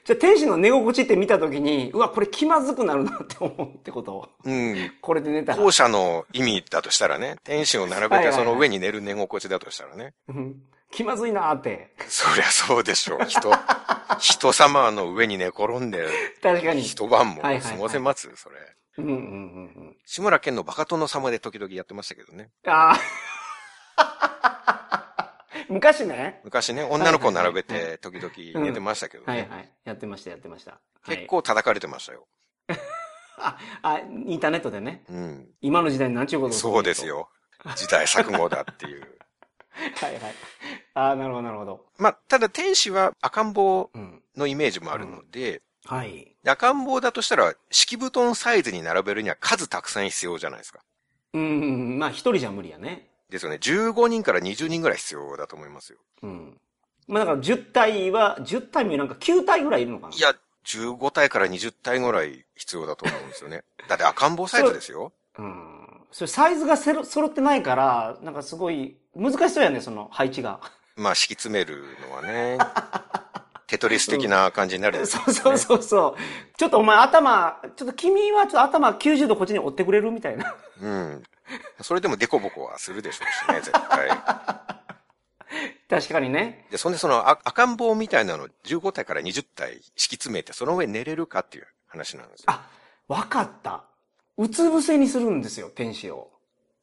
C: じゃあ天使の寝心地って見たときに、うわ、これ気まずくなるなって思うってこと。
B: うん。
C: これ で寝たら
B: 後。者の意味だとしたらね、天使を並べてその上に寝る寝心地だとしたらね。
C: うん気まずいなー って。
B: そりゃそうでしょう。人、 人様の上に寝転んで、
C: 確かに。
B: 一晩も
C: はいはいはい
B: 過ごせます、それ。
C: うんうんうん
B: 志村けんのバカ殿様で時々やってましたけどね。
C: うん。ああ。 昔ね。
B: 昔ね、女の子を並べ
C: はいはい
B: て時々寝てましたけど
C: はい
B: ね。
C: はい。やってました、やってました。はい
B: 結。構叩かれてましたよ。
C: あ、あ、インターネットでね。
B: うん。
C: 今の時代に何ちゅうことをるん
B: そう
C: だと
B: です。よ。時代錯誤だっていう。
C: はいはい。ああ、なるほど、なるほど。
B: まあ、ただ天使は赤ん坊
C: うん。
B: のイメージもあるので、
C: はい。
B: 赤ん坊だとしたら、敷布団サイズに並べるには数たくさん必要じゃないですか。
C: うんうん、まあ一人じゃ無理やね。
B: ですよね。15人から20人ぐらい必要だと思いますよ。、
C: うん。まあだから10体は、10体もなんか9体ぐらいいるのかない
B: や、15体から20体ぐらい必要だと思うんですよね。 だって赤ん坊サイズですよ。
C: うん。それサイズがせろ揃ってないから、なんかすごい難しそうやね、その配置が。
B: まあ、敷き詰めるのはね、テトリス的な感じになるんですよ
C: そうそうそうそう。ちょっとお前頭、ちょっと君はちょっと頭90度こっちに折ってくれるみたいな。
B: うん。それでもデコボコはするでしょうしね、絶対。
C: 確かにね。
B: で、そんでそのあ赤ん坊みたいなの15体から20体敷き詰めて、その上寝れるかっていう話なんですよ。
C: あ、わかった。うつ伏せにするんですよ、天使を。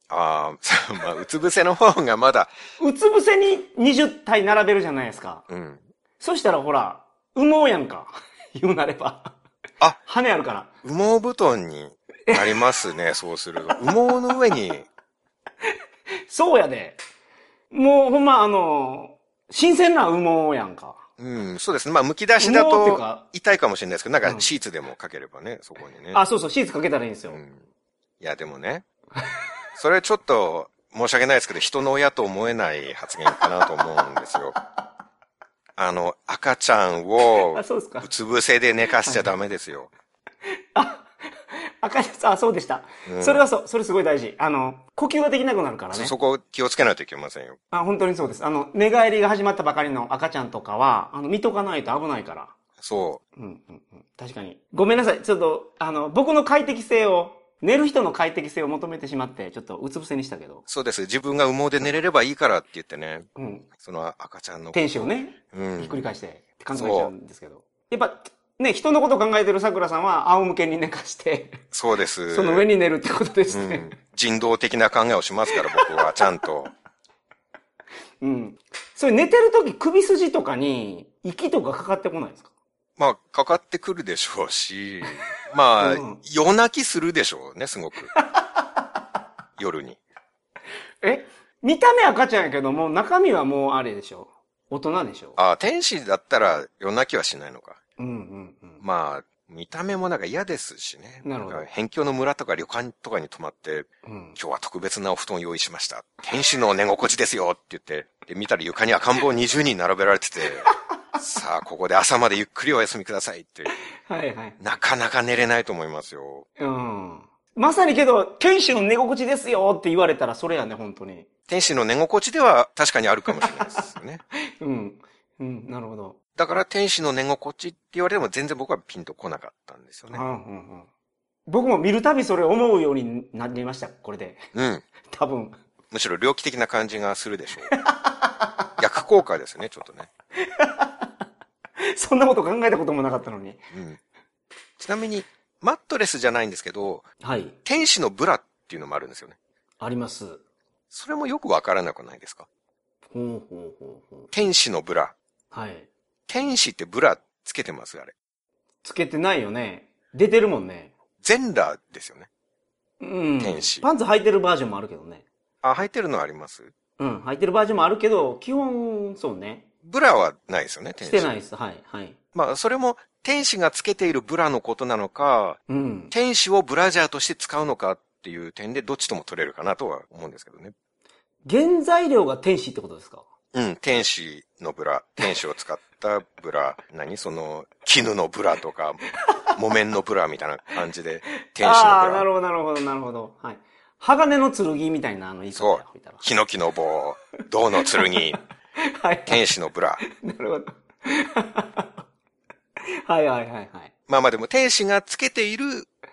B: ああ、そう まあ、うつ伏せの方がまだ、
C: うつ伏せに20体並べるじゃないですか。
B: うん。
C: そしたらほら、羽毛やんか。言うなれば。
B: あ
C: 羽あるから。
B: 羽毛布団になります ね、そうすると。羽毛の上に、
C: そうやで。もうほんまあの、新鮮な羽毛やんか。
B: うん、そうですね。まあ、剥き出しだ
C: 羽毛っていう
B: と
C: か
B: 痛いかもしれないですけど、なん
C: う
B: か
C: ん
B: シーツでもかければね、そこにね。
C: あ、そうそう、シーツかけたらいいんですよ
B: う。ん。いや、でもね、それちょっと申し訳ないですけど、人の親と思えない発言かなと思うんです よ。あの、赤ちゃんを
C: あ、そうですか
B: う。つ伏せで寝かしちゃダメですよ。
C: あ、赤です。あ、そうでした。
B: うん
C: それはそう、それすごい大事。あの、呼吸ができなくなるから
B: そ
C: ね。
B: そこ気をつけないといけませんよ。
C: あ本当にそうです。あの、寝返りが始まったばかりの赤ちゃんとかは、あの、見とかないと危ないから。
B: そ
C: うんうんうん。確かに。ごめんなさい。ちょっと、あの、僕の快適性を、寝る人の快適性を求めてしまって、ちょっとうつ伏せにしたけど
B: う。。そうです。自分が羽毛で寝れればいいからって言ってね、
C: うん。
B: その赤ちゃんの。
C: 天使をね、
B: うん
C: ひっくり返して、って感じになっちゃうんですけど。やっぱ、ね、人のことを考えてる桜さんは、仰向けに寝かして、
B: そうです。
C: その上に寝るってことです
B: う
C: ね
B: ん。。人道的な考えをしますから、僕は、ちゃんと。
C: うん。それ寝てる時首筋とかに、息とかかかってこないですか
B: まあ、かかってくるでしょうし、まあ、
C: うん
B: 夜泣きするでしょうね、す ごく。夜に。
C: え見た目赤ちゃんやけども、中身はもうあれでしょ。大人でしょ。
B: ああ、天使だったら夜泣きはしないのか。
C: うんうんうん。
B: まあ、見た目もなんか嫌ですしね。
C: なるほど
B: んか辺境の村とか旅館とかに泊まって、
C: うん、
B: 今日は特別なお布団用意しました。天使の寝心地ですよって言って、で、見たら床に赤ん坊20人並べられて て、さあ、ここで朝までゆっくりお休みくださいって、
C: はいはい。
B: なかなか寝れないと思いますよ。
C: うん。まさにけど、天使の寝心地ですよって言われたらそれやね、本当に。
B: 天使の寝心地では確かにあるかもしれないですよね。
C: うん。うん、なるほど。
B: だから天使の寝心地って言われても全然僕はピンとこなかったんですよ
C: うんう
B: ね。
C: んうん。僕も見るたびそれ思うようになりました、これで。
B: うん。
C: 多分。
B: むしろ猟奇的な感じがするでしょう。 逆効果ですね、ちょっとね。
C: そんなこと考えたこともなかったのに。
B: うん。ちなみに、マットレスじゃないんですけど、
C: はい。
B: 天使のブラっていうのもあるんですよね。
C: あります。
B: それもよくわからなくないですか
C: ほうほうほうほう。
B: 天使のブラ。
C: はい。
B: 天使ってブラつけてますあれ。
C: つけてないよね。出てるもんね。
B: 全裸ですよね。
C: うん。
B: 天使
C: パンツ履いてるバージョンもあるけどね。
B: あ、履いてるのあります
C: うん。履いてるバージョンもあるけど、基本、そうね。
B: ブラはないですよね、天
C: し
B: 使。
C: てないです。はい。はい。
B: まあ、それも天使がつけているブラのことなのか、
C: うん。
B: 天使をブラジャーとして使うのかっていう点でどっちとも取れるかなとは思うんですけどね。
C: 原材料が天使ってことですか
B: うん、天使のブラ、天使を使ったブラ、何その、絹のブラとか、木綿のブラみたいな感じで、天使
C: あ
B: の
C: あー、
B: ブラ、
C: なるほど、なるほど、なるほど。はい。鋼の剣みたいな、あの、言い方
B: そう
C: みたいな
B: ヒノキの棒、銅の剣、
C: はい。
B: 天使のブラ。
C: なるほど。はいはいはいはい。
B: まあまあでも天使がつけている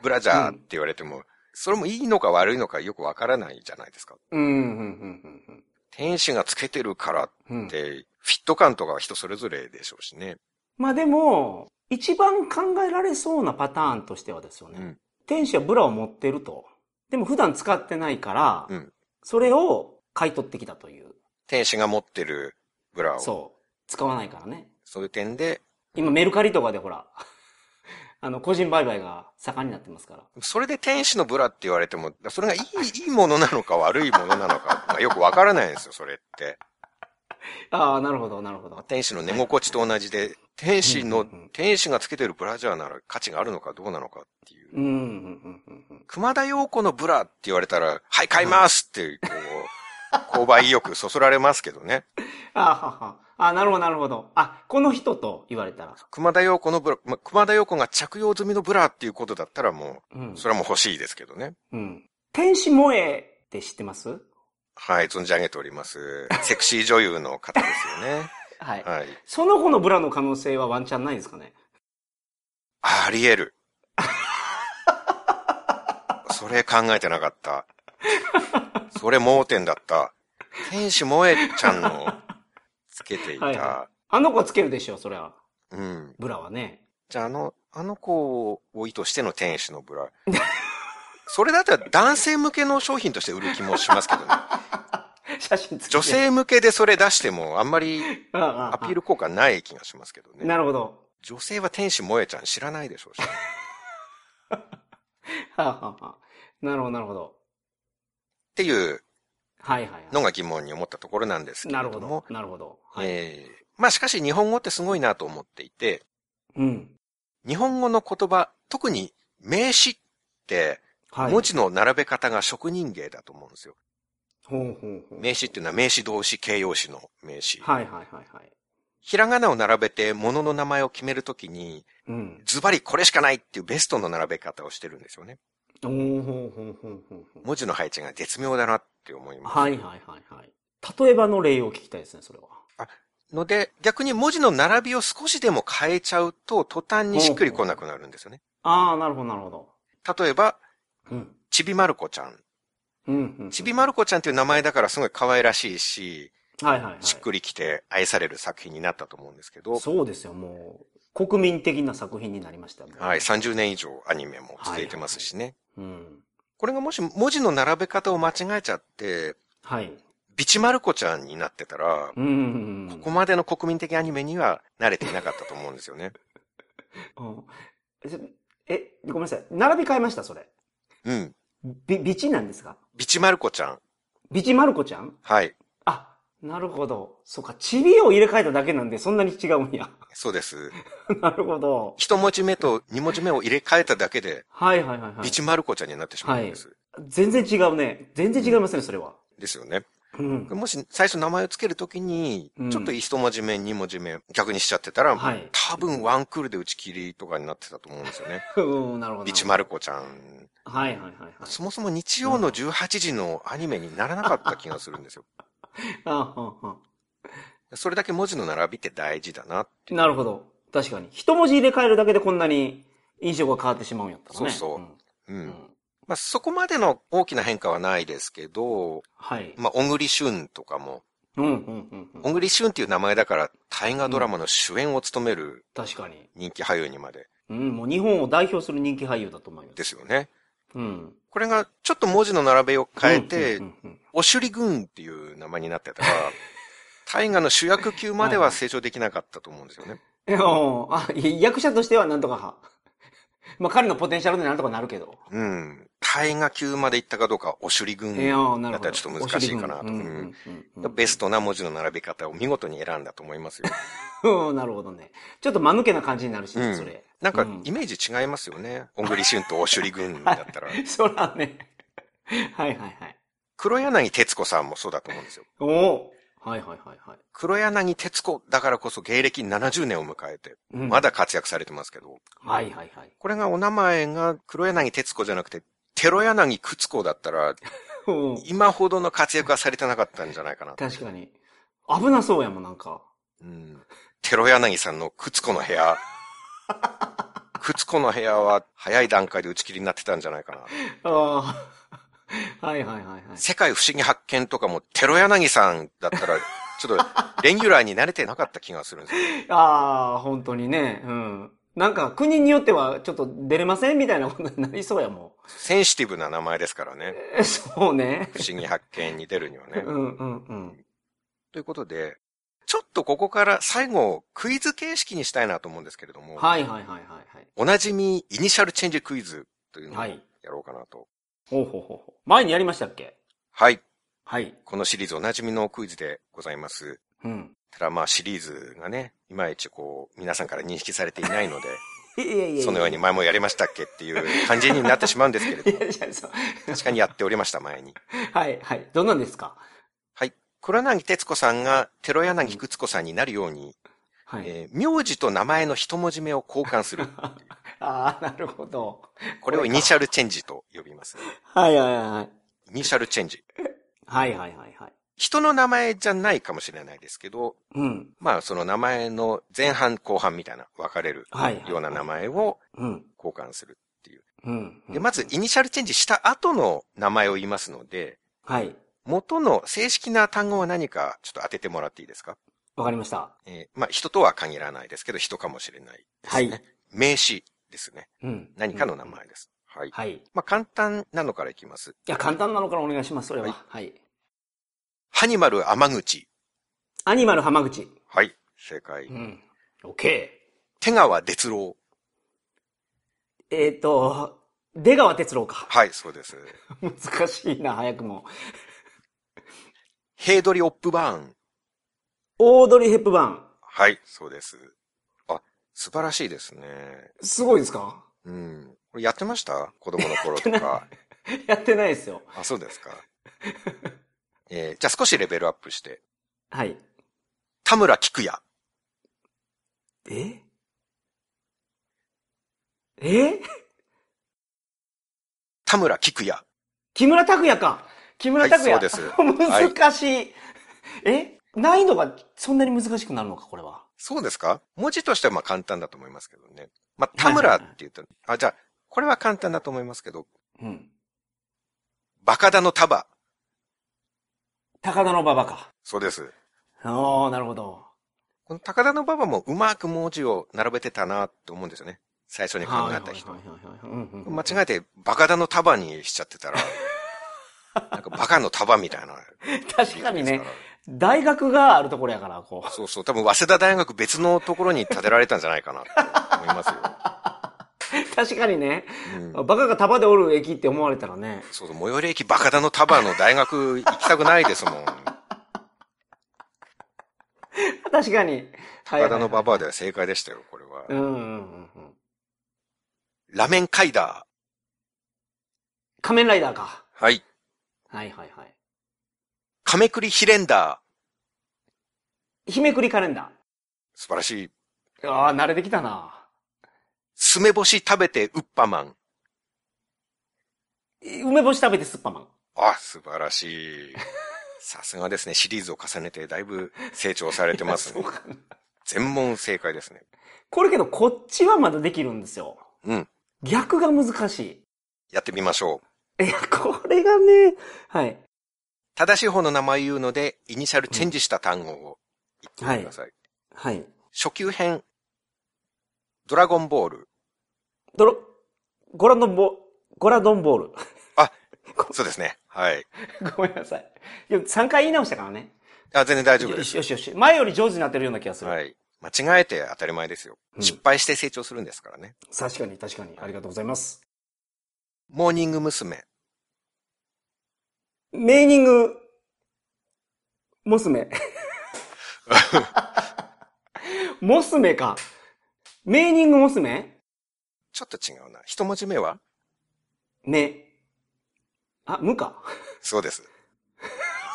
B: ブラジャーって言われても、それもいいのか悪いのかよくわからないじゃないですか。
C: うん、うん、うん、うん
B: 天使がつけてるからっ
C: うん。うん。
B: て、フィット感とかは人それぞれでしょうしね。
C: まあでも、一番考えられそうなパターンとしてはですよね。
B: うん
C: 天使はブラを持ってると。でも普段使ってないから、
B: うん
C: それを買い取ってきたという。
B: 天使が持ってるブラを、そう
C: そう。使わないからね。
B: いう点で、
C: 今メルカリとかでほら、 あの、個人売買が盛んになってますから。
B: それで天使のブラって言われても、それがいい、いいものなのか悪いものなのかがよくわからないんですよ、それって。
C: ああ、なるほど、なるほど。
B: 天使の寝心地と同じで、天使の
C: うんうんうん、
B: 天使がつけてるブラジャーなら価値があるのかどうなのかっていう。
C: うん、うん、うんうん、うん。
B: 熊田陽子のブラって言われたら、はい、買いますって、こう、購買意欲そそられますけどね。
C: ああ、はは。ああ、なるほど、なるほど。あ、この人と言われたら。
B: 熊田陽子のブラ、ま、熊田陽子が着用済みのブラっていうことだったらも
C: う
B: う、
C: ん。
B: それはもう欲しいですけどね。
C: うん。天使萌えって知ってます
B: はい、存じ上げております。セクシー女優の方ですよ ね。
C: はい。
B: はい。
C: その子のブラの可能性はワンチャンないですかね
B: ああり得る。それ考えてなかった。それ盲点だった。天使萌えちゃんのつけていた。
C: はいはあの子つけるでしょ、そりゃ。
B: うん。
C: ブラはね。
B: じゃあ、あの、あの子を意図しての天使のブラ。それだったら男性向けの商品として売る気もしますけどね。
C: 写真つけて。
B: 女性向けでそれ出してもあんまり
C: ああああ
B: アピール効果ない気がしますけどね。
C: なるほど。
B: 女性は天使萌えちゃん知らないでし ょうし。
C: はあ、はあはあ、なるほど、なるほど。
B: っていう
C: はいはいは
B: のが疑問に思ったところなんですけ
C: い。
B: れ
C: なる
B: ど
C: ほ
B: も
C: ど。。なるほど。はい。
B: えーまあしかし日本語ってすごいなと思っていて、
C: うん。
B: 日本語の言葉、特に名詞って
C: はい。
B: 文字の並べ方が職人芸だと思うんですよ。
C: ほうほうほう。
B: 名詞っていうのは名詞動詞形容詞の名詞。
C: はいはいはいはい。
B: ひらがなを並べて物の名前を決めるときに、
C: うん。
B: ズバリこれしかないっていうベストの並べ方をしてるんですよね。
C: ほうほうほうほうほうほう。
B: 文字の配置が絶妙だなって思います。
C: はいはいはいはい。例えばの例を聞きたいですね、それは。
B: ので、逆に文字の並びを少しでも変えちゃうと、途端にしっくりこなくなるんですよね。
C: ああ、なるほど、なるほど。
B: 例えば、
C: うん。
B: ちびまる子ちゃん。
C: うん、うん。
B: ちびまる子ちゃんっていう名前だからすごい可愛らしいし、
C: はいはいはい。
B: しっくりきて愛される作品になったと思うんですけど、
C: そうですよ、もう。国民的な作品になりました。もう
B: はい、30年以上アニメも続いてますしね。
C: うん。
B: これがもし文字の並べ方を間違えちゃって、
C: はい。
B: ビチマルコちゃんになってたら、
C: うんうんうん。
B: ここまでの国民的アニメには慣れていなかったと思うんですよね。
C: うんええ、ごめんなさい。並び替えました、それ。
B: うん。
C: び、ビチなんですか
B: ビチマルコちゃん。
C: ビチマルコちゃん
B: はい。
C: あ、なるほど。そっか、チビを入れ替えただけなんで、そんなに違うんや。
B: そうです。
C: なるほど。
B: 一文字目と二文字目を入れ替えただけで、
C: はいはいはいは
B: ビ
C: い。
B: チマルコちゃんになってしまうんです。
C: 全然違うね。全然違いますね、それは。
B: ですよね。
C: うん。
B: もし最初名前をつけるときに
C: うん、
B: ちょっと一文字目、二文字目、逆にしちゃってたら、
C: はい。
B: 多分ワンクールで打ち切りとかになってたと思うんですよね。
C: うん、なるほど。
B: ビチマルコちゃん。
C: はいはいはいはい。
B: そもそも日曜の18時のアニメにならなかった気がするんですよ。
C: あはは
B: それだけ文字の並びって大事だな。
C: なるほど。確かに。一文字入れ替えるだけでこんなに印象が変わってしまうんやったらね。
B: そうそう
C: うん
B: う。
C: うんん
B: まあ、そこまでの大きな変化はないですけど、
C: はい。
B: まあ、小栗旬とかも、
C: うん、うん、うんうん。
B: 小栗旬っていう名前だから、大河ドラマの主演を務める
C: 確かに。
B: 人気俳優にまで
C: うん、もう日本を代表する人気俳優だと思います。
B: ですよね。
C: うん。
B: これが、ちょっと文字の並べを変えて、
C: うんうんうん
B: おしゅり軍っていう名前になって たら、大河の主役級までは成長できなかったと思うんですよね。
C: うんいやもうあ、い役者としては なんとか、まあ彼のポテンシャルでなんとかなるけど。
B: うん。大河級まで行ったかどうか、おしゅり軍
C: いや
B: だっ
C: なるほ
B: た
C: ど。
B: らちょっと難しいかなと。
C: お
B: う
C: 尻部
B: ん
C: 分うんうんうんうん
B: ベストな文字の並べ方を見事に選んだと思いますよ。
C: うんなるほどね。ちょっと間抜けな感じになるし、
B: うん
C: それ。
B: なんか
C: う、ん
B: イメージ違いますよね。小栗旬とおしゅり軍だったら。
C: そらね。 はいはいはい。
B: 黒柳徹子さんもそうだと思うんですよ。
C: おおはいはいはいはい。
B: 黒柳徹子だからこそ芸歴70年を迎えて、
C: うん
B: ま。だ活躍されてますけど、
C: はいはいはい。
B: これがお名前が黒柳徹子じゃなくて、テロ柳靴子だった ら、
C: おー
B: 今ほどの活躍はされてなかったんじゃないかな。
C: 確かに。危なそうやもん、なんか。
B: うん。テロ柳さんの靴子の部 屋。靴子の部屋は早い段階で打ち切りになってたんじゃないかな。
C: ああ。はいはいはいはい。
B: 世界不思議発見とかもテロ柳さんだったら、ちょっとレギュラーに慣れてなかった気がするんですよ。
C: ああ、本当にね。うん。なんか国によってはちょっと出れませんみたいなことになりそうやも
B: センシティブな名前ですからね
C: ん。。えそうね。
B: 不思議発見に出るには
C: う
B: ね。
C: んうんうん。
B: ということで、ちょっとここから最後クイズ形式にしたいなと思うんですけれども、
C: はいはいはいはいはい。
B: おなじみイニシャルチェンジクイズというのを
C: は
B: や
C: い。
B: ろうかなと。
C: ほうほうほうほう。前にやりましたっけ
B: はい。
C: はい。
B: このシリーズおなじみのクイズでございます。
C: うん。
B: ただまあシリーズがね、いまいちこう、皆さんから認識されていないので、
C: いやいやいや
B: そのように前もやりましたっけっていう感じになってしまうんですけれど
C: い
B: も、
C: やいや、そう。
B: 確かにやっておりました前に。
C: はいはい。どんなんですか
B: はい。黒柳徹子さんが、寺柳久津子さんになるように、
C: はい。
B: えー名字と名前の一文字目を交換する。
C: ああ、なるほど。
B: これをイニシャルチェンジと呼びます。
C: はいはいはい。
B: イニシャルチェンジ。
C: はいはいはいはい。
B: 人の名前じゃないかもしれないですけど、
C: うん。
B: まあその名前の前半後半みたいな分かれる
C: はいはい
B: ような名前を
C: うん。
B: 交換する。
C: うん。
B: で、まずイニシャルチェンジした後の名前を言いますので、
C: はい。
B: 元の正式な単語は何かちょっと当ててもらっていいですか
C: わかりました。
B: えーまあ人とは限らないですけど人かもしれない。
C: はい。
B: 名詞ですね。
C: うん。
B: 何かの名前です。はい。
C: はい。い
B: まあ簡単なのからいきます。
C: や、簡単なのからお願いします、それは。はい。
B: ハニマル天口。
C: アニマル浜口。
B: はい。正解
C: う。ん。オッケ
B: 手川哲郎。
C: ー。えっと、出川哲郎か。
B: はい、そうです。
C: 難しいな、早くも。
B: ヘイドリ・オップバーン。
C: オードリー・ヘップバーン。
B: はい、そうです。あ、素晴らしいですね。
C: すごいですか
B: うん。これやってました子供の頃とか。
C: やってないですよ。
B: あ、そうですか。えーじゃあ少しレベルアップして。
C: はい。
B: 田村菊也。
C: ええ
B: 田村菊也。
C: 木村拓哉か。木村拓哉。
B: はいそうですはい
C: 難しい。え難易度がそんなに難しくなるのか、これは。
B: そうですか文字としてはまあ簡単だと思いますけどね。まあ、田村って言ったら、あ、じゃあ、これは簡単だと思いますけど、
C: うん。
B: バカダの束。
C: 高田の馬場か。
B: そうです。
C: ああ、なるほど。
B: この高田の馬場もうまく文字を並べてたなって思うんですよね。最初に考えた人。
C: はいはいはいはいうんうん
B: 間違えてバカだの束にしちゃって たら、なんかバカの束みたいな。
C: 確かにね、大学があるところやから、こ
B: そうそう、多分早稲田大学別のところに建てられたんじゃないかなって思い ますよ。
C: う。 確かにね、
B: うん
C: バカが束でおる駅って思われたらね。
B: そうそう、最寄り駅バカだの束の大学行きたくないですもん。
C: 確かに。
B: バカだのバ
C: バ
B: バアでは正解でしたよ、これ
C: う
B: は。
C: んうんうんうん。
B: ラメンカイダ
C: 仮面ライダーか。
B: ー。はい。
C: はいはいはい。
B: カメクリヒレンダ
C: 日めくりカレンダ
B: ー。素晴らしい。
C: ー。ああ、慣れてきたな。
B: すめ干し食べてウッパマン。
C: 梅干し食べてスッパマン。
B: あ、素晴ら しい。さすがですね。シリーズを重ねてだいぶ成長されてます
C: そ
B: ね
C: う。かな
B: 全問正解ですね。
C: これけど、こっちはまだできるんですよ。
B: うん。
C: 逆が難しい。
B: やってみましょう。
C: いや、これがね、はい。
B: 正しい方の名前言うので、イニシャルチェンジした単語を言ってください。
C: はい。
B: 初級編、ドラゴンボール。
C: ドロ、ゴラドンボ、ゴラドンボール。
B: そうですね。はい。
C: ごめんなさい。いや、3回言い直したからね。
B: あ、全然大丈夫
C: よ
B: です
C: し。よしよし。前より上手になってるような気がする。
B: はい。間違えて当たり前ですよ。
C: うん
B: 失敗して成長するんですからね。
C: 確かに確かに。ありがとうございます。
B: モーニング娘。
C: メーニング、 娘。娘か。メーニング娘
B: ちょっと違うな。一文字目は
C: め。あ、無か。
B: そうです。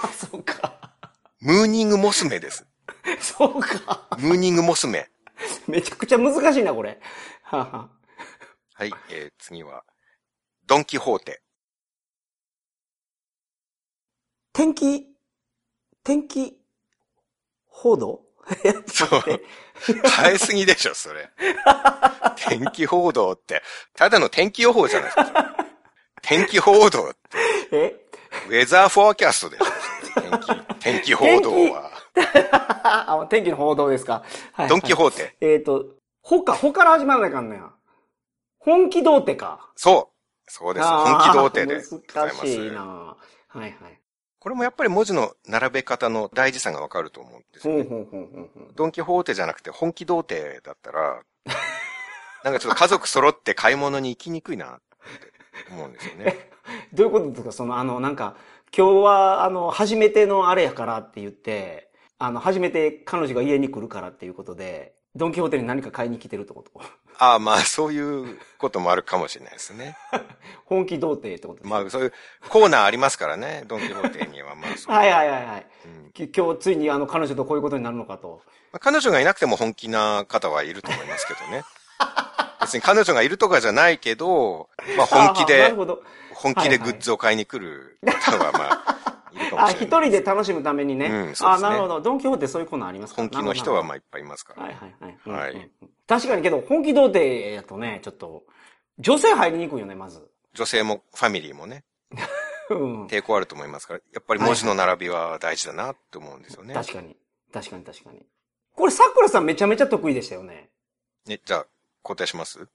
C: あ、そうか。
B: ムーニング娘です。
C: そうか。
B: ムーニング娘。
C: めちゃくちゃ難しいな、これ。はあはあ
B: はい。えー、次は、ドンキホーテ。
C: 天気、天気、報道
B: そう。変えすぎでしょ、それ。天気報道って、ただの天気予報じゃないですか。天気報道、
C: え
B: ウェザーフォーキャストでしょ。天気、天気報道は。
C: あ天気の報道ですか。はい
B: ドンキホーテ。
C: えっ、と、ほか、ほから始まらないかんのや。本気童貞か。
B: そう。そうです。
C: あー
B: 本気童貞でございます。
C: 難しいなはいはい。
B: これもやっぱり文字の並べ方の大事さがわかると思うんですよ
C: ほう
B: ね。
C: ほうほうほうほう。
B: ドンキホーテじゃなくて本気童貞だったら、なんかちょっと家族揃って買い物に行きにくいなって思うんですよ ね。
C: どういうことですかその、あの、なんか、今日は、あの、初めてのあれやからって言って、あの、初めて彼女が家に来るからっていうことで、ドンキホーテに何か買いに来てるってこと
B: ああ、まあそういうこともあるかもしれないですね。
C: 本気童貞ってことです
B: まあそういうコーナーありますからね、ドンキホーテには。まあそう
C: はいはいはいはい。
B: うん
C: き今日ついにあの彼女とこういうことになるのかと。
B: まあ彼女がいなくても本気な方はいると思いますけどね。別に彼女がいるとかじゃないけど、ま あ本気
C: あーな
B: で
C: る、ほど。
B: 本気でグッズを買いに来る方はまあ、いるかも
C: あ、
B: し
C: 一
B: れない。
C: 人で楽しむためにね。
B: うんそうで
C: あー、
B: すね
C: なるほど。ドンキホーテそういうコーナーありますから
B: 本気の人はま
C: あ。
B: あいっぱいいますから
C: はい
B: ね。
C: はいはい。
B: はい
C: うんうんうん確かにけど、本気童貞やとね、ちょっと、女性入りにくいよね、まず。
B: 女性もファミリーもね、
C: うん。
B: 抵抗あると思いますから、やっぱり文字の並びは大事だなって思うんですよね。
C: 確かに。確かに確かに。これ、桜さんめちゃめちゃ得意でしたよね。
B: ね、じゃあ、交代します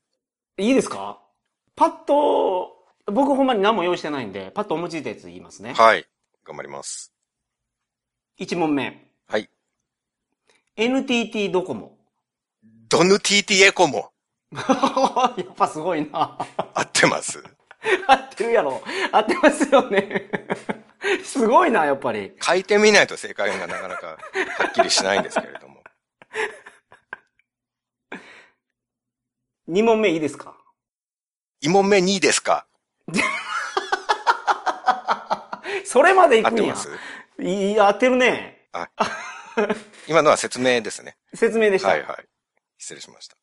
C: いいですかパッと、僕ほんまに何も用意してないんで、パッと思いついたやつ言いますね。
B: はい。頑張ります。
C: 1問目。
B: はい。
C: NTT ドコモ。
B: ドヌ TT エコも
C: やっぱすごいな。
B: 合ってます。
C: 合ってるやろ。合ってますよね。すごいな、やっぱり。
B: 書いてみないと正解がなかなかはっきりしないんですけれども。
C: 2問目いいですか
B: 2問目2位ですか
C: それまで
B: 合っ
C: 行くん
B: て
C: や
B: ま。す
C: いい、合ってるね。
B: 今のは説明ですね。
C: 説明でした。
B: はいはい。失礼しました。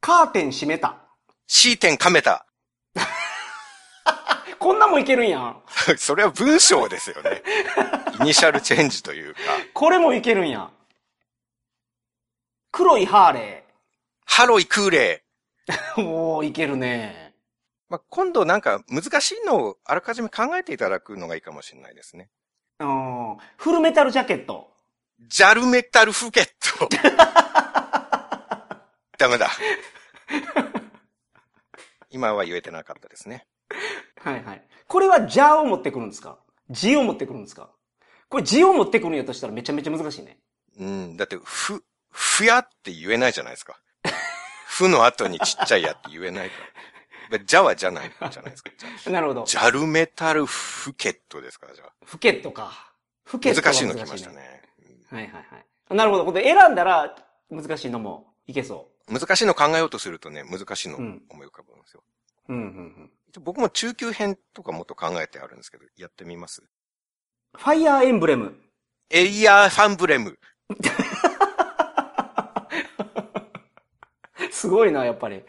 C: カーテン閉めた。
B: C 点噛めた。
C: こんなもんいけるんやん。
B: それは文章ですよね。イニシャルチェンジというか、
C: これもいけるんやん。黒いハーレ
B: ハロイクーレイ。
C: ー。おー、いけるね。
B: まあ、今度なんか難しいのをあらかじめ考えていただくのがいいかもしれないですね。
C: うん。フルメタルジャケット。
B: ジャルメタルフケット。 ダメだ。今は言えてなかったですね。
C: はいはい。これはじゃを持ってくるんですかじを持ってくるんですかこれじを持ってくるんやとしたらめちゃめちゃ難しいね。
B: うん、だって、ふ、ふやって言えないじゃないですか。 ふの後にちっちゃいやって言えないから。じゃはじゃない、じゃないですか。
C: なるほど。
B: ジャルメタルフケットですから、じゃあ。
C: フケットか。フケットは
B: 難しいの来ました。ね。
C: はいはいはい。なるほど。これ選んだら難しいのもいけそ
B: 難しいの考えようとするとね、難しいの思い浮かぶんですよ。
C: う。うんうんうん。
B: 僕も中級編とかもっと考えてあるんですけど、やってみます。
C: ファイアーエンブレム。
B: エイヤーファンブレム。
C: すごいな、やっぱり。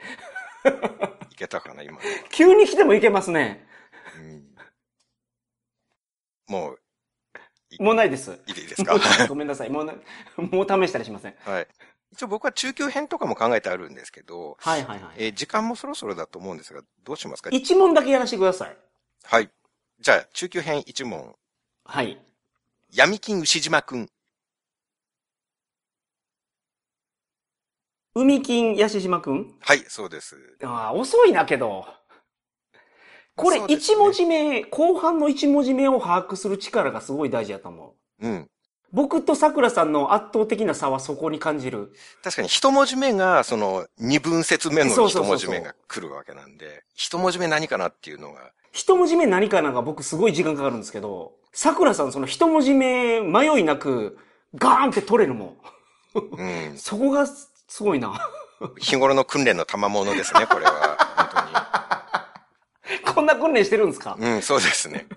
B: いけたかな、今のは。
C: 急に来てもいけますね。
B: うんもう、
C: もうないです。
B: いいです
C: も
B: か
C: うないですごめんなさい。もうな、もう試したりしません。
B: はい。一応僕は中級編とかも考えてあるんですけど、
C: はいはいはい。
B: えー時間もそろそろだと思うんですが、どうしますか
C: 一問だけやらせてください。
B: はい。じゃあ、中級編1問。
C: はい。
B: 闇金牛島くん。
C: 海金ヤシ島くん
B: はい、そうです。
C: ああ、遅いなけど。これ
B: そうです
C: 一
B: ね
C: 文字目、後半の一文字目を把握する力がすごい大事やと思う。
B: うん。
C: 僕と桜さんの圧倒的な差はそこに感じる。
B: 確かに一文字目が、その、二分節目
C: そ
B: の
C: うそう
B: 一
C: そうそう
B: 文字目が来るわけなんで、一文字目何かなっていうのが、
C: 一文字目何かなんか僕すごい時間かかるんですけど、桜さんその一文字目迷いなくガーンって取れるもん。
B: うん。
C: そこがすすごいな。
B: 日頃の訓練の賜物です ね、これは。
C: こんな訓練してるんですか
B: 本当に。うん、そうですね。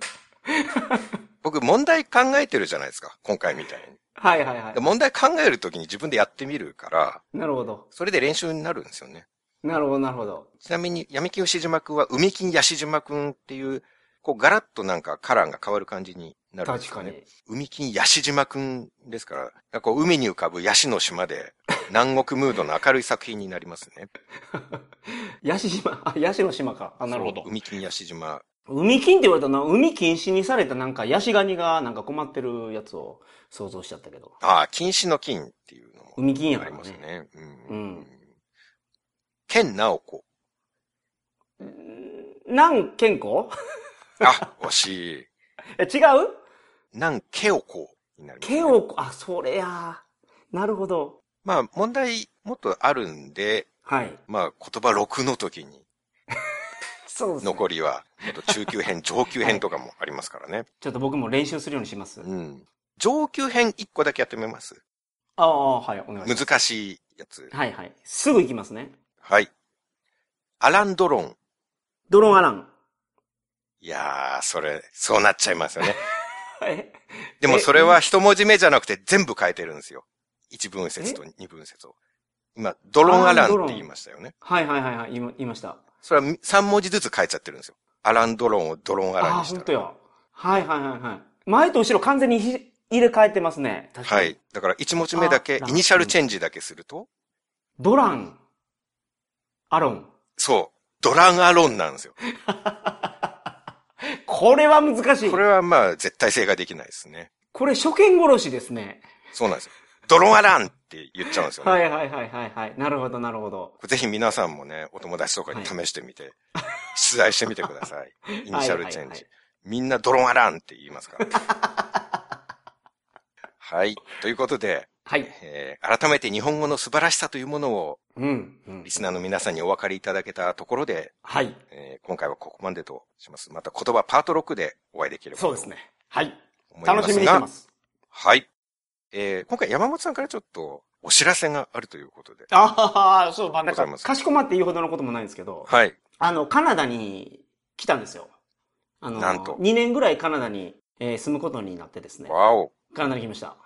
B: 僕、問題考えてるじゃないですか、今回みたいに。
C: はいはいは
B: で問題考えるときに自分でやってみるから、
C: い。なるほど。
B: それで練習になるんですよね。
C: なるほどなるほど。
B: ちなみに、闇金牛島くんは、海金ヤシ島くんっていう、こう、ガラッとなんかカラーが変わる感じになるんで
C: 確
B: すよ
C: か
B: ね。
C: に。
B: 海金ヤシ島くんですから、なんかこう、海に浮かぶヤシの島で、南国ムードの明るい作品になりますね。
C: ヤシ島、あ、ヤシの島か。あ、なるほど
B: そう。海金ヤシ島。
C: 海金って言われたな、海禁止にされたなんかヤシガニがなんか困ってるやつを想像しちゃったけど。
B: ああ、禁止の金っていうのも。
C: 海金や
B: あ
C: か
B: り
C: ら
B: ます
C: ね。
B: ね。う
C: うん
B: ん。剣直子。
C: なん、健康
B: あ、惜しい。
C: え、違う
B: なん、ケオコになります、ね。
C: ケオコ、あ、それや。なるほど。
B: まあ、問題もっとあるんで、
C: はい。
B: まあ、言葉6の時に、
C: そうですね。
B: 残りは、あと中級編、上級編とかもありますから ね。
C: ちょっと僕も練習するようにします。
B: うん。上級編1個だけやってみます。
C: ああ、はい、お願いします。
B: 難しいやつ。
C: はいはい。すぐ行きますね。
B: はい。アランドロン。
C: ドローンアラン。
B: いやー、それ、そうなっちゃいますよ ね。
C: え
B: でもそれは一文字目じゃなくて全部変えてるんですよ。一文節と二文節を。今、ドロンアランって言いましたよね。
C: はいはいはいはい、言いま言いました。
B: それは三文字ずつ変えちゃってるんですよ。アランドロンをドロンアラン
C: ああー、
B: にし
C: 本
B: た
C: 当
B: ら。
C: や。はいはいはいはい。前と後ろ完全にひ入れ替えてますね。確かに。
B: はい。。だから一文字目だけ
C: あ、
B: イニシャルチェンジだけすると、
C: ドラン、アロン。
B: そう、ドランアロンなんですよ。
C: これは難しい。
B: こ
C: こ
B: れ
C: れ、
B: はまあ絶対正解できないですね。
C: 初見殺しですね。
B: そうなんですよ。ドロンアランって言っちゃうんですよね。
C: はいはいはいはいはい。なるほどなるほど。
B: ぜひ皆さんもね、お友達とかに試してみて、出題してみてください。イニシャルチェンジ。
C: はいはいはい
B: みんなドロンアランって言います から。はい。ということで、
C: はい。
B: えー改めて日本語の素晴らしさというものを、
C: うん。うん
B: リスナーの皆さんにお分かりいただけたところで、
C: はい。
B: えー今回はここまでとします。また言葉パート6でお会いできればと
C: そう
B: 思い
C: で
B: ますす
C: ね。はい。
B: が。
C: 楽しみにしてます。
B: はい。えー今回山本さんからちょっとお知らせがあるということで。
C: ああ、そう、まあ、なん
B: ござ
C: か、
B: います
C: かしこまって言うほどのこともないんですけど、
B: はい。
C: あの、カナダに来たんですよ。あの、
B: なんと
C: 2年ぐらいカナダに、えー住むことになってですね。
B: わお。
C: カナダに来ました。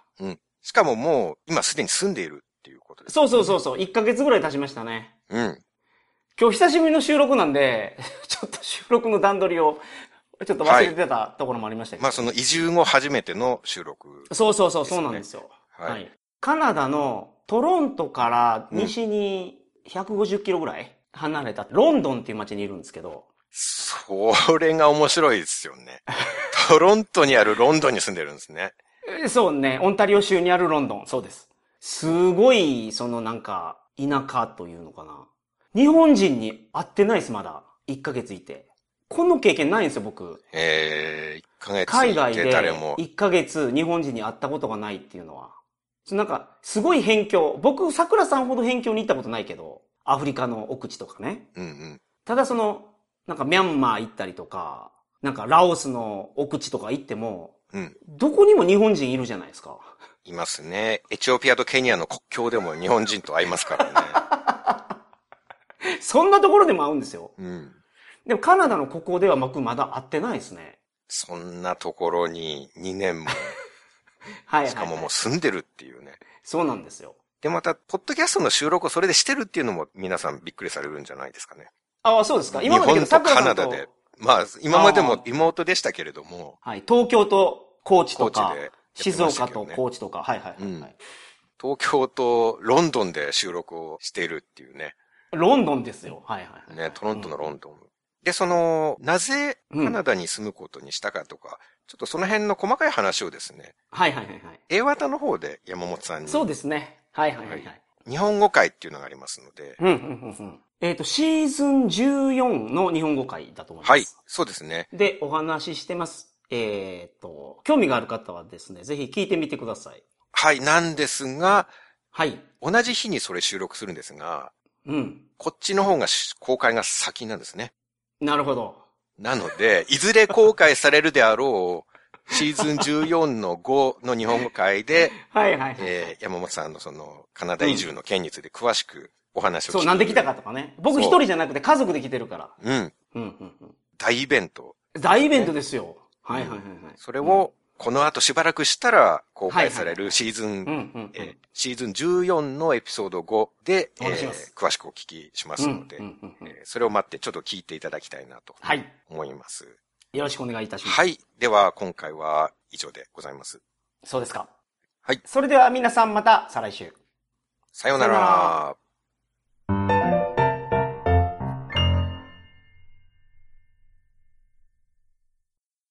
B: しかももう今すでに住んでいるっていうことです。
C: そうそうそうそう、1ヶ月ぐらい経ちましたね。
B: うん。
C: 今日久しぶりの収録なんで、 ちょっと収録の段取りを、ちょっと忘れてたところもありましたけど。
B: まあその移住後初めての収録。
C: そうそうそう、そうなんですよ。
B: はい
C: はい。カナダのトロントから西に150キロぐらい離れたロンドンっていう街にいるんですけど、
B: それが面白いですよ ね。トロントにあるロンドンに住んでるんですね。
C: えーそうね、オンタリオ州にあるロンドン、そうです。すごい、そのなんか、田舎というのかな。日本人に会ってないです、まだ。1ヶ月いて。この経験ないんですよ、僕。
B: えー、1ヶ月
C: 海
B: 行
C: 外
B: って
C: で
B: 誰も。
C: 1ヶ月日本人に会ったことがないっていうのは。そのなんか、すごい辺境。僕、桜さんほど辺境に行ったことないけど、アフリカの奥地とかね。
B: うんうん。
C: ただその、なんかミャンマー行ったりとか、なんかラオスの奥地とか行っても、
B: うん。
C: どこにも日本人いるじゃないですか。
B: いますね。エチオピアとケニアの国境でも日本人と会いますから
C: そんなところでも会うんですよ。
B: ね。うん。
C: でもカナダのここでは僕まだ会ってないですね。
B: そんなところに2年も、
C: はいはい、はい。
B: しかももう住んでるっていうね。
C: そうなんですよ。
B: で、また、ポッドキャストの収録をそれでしてるっていうのも皆さんびっくりされるんじゃないですかね。
C: ああ、そうですか。
B: 日
C: 今までけ
B: 本
C: ど
B: と
C: 桜
B: カ
C: さ
B: ナ
C: んと
B: ダで。。まあ、今までも妹でしたけれども、
C: はい。東京と高知と
B: 高知
C: か
B: でやってま
C: 静
B: した
C: 岡
B: けど
C: と
B: ね
C: 高知とか。はいはいはい、はい
B: うん東京とロンドンで収録をしているっていうね。
C: ロンドンですよ。はいはい。
B: ね、トロントのロ
C: ン
B: ンドン。で、その、なぜ
C: うん
B: カナダに住むことにしたかとか、ちょっとその辺の細かい話をですね、
C: はいはいはいはい。
B: A 型の方で山本さんに、
C: そうですね。はいはいはい。
B: は
C: はい、
B: 日本語会っていうのがありますので、
C: うんうんうんうん。えっ、と、シーズン14の日本語会だと思います。
B: はい、そうですね。
C: で、お話ししてます。えっ、と、興味がある方はですね、ぜひ聞いてみてください。
B: はい、なんですが、
C: はい。
B: 同じ日にそれ収録するんですが、
C: うん。
B: こっちの方が公開が先なんですね。
C: なるほど。
B: なので、いずれ公開されるであろう、シーズン14の5の日本語会で、
C: はいはいはい。
B: えー山本さんのその、カナダ移住の件について詳しくお話を聞く
C: そう、なんで来た。かとかね。僕
B: そう
C: 一人じゃなくて家族で来てるから。
B: うん。
C: うんうんう
B: 大イベント。
C: ん。大イベントですよ。はいはいはいはい。
B: それを、この後しばらくしたら公開されるシーズ
C: うん、う
B: ン、
C: んうんうん。
B: えーシーズン14のエピソード5で、え
C: お願いします
B: ー詳しくお聞きしますので
C: うん、うんうんうん
B: えーそれを待ってちょっと聞いていただきたいなと
C: はい。
B: 思います。
C: よろしくお願いいたします。。
B: はいい。では、今回は以上でございます。
C: そうですか。
B: はい
C: それでは皆さんまた再来週。
B: さような
C: さような
B: ら。
C: ら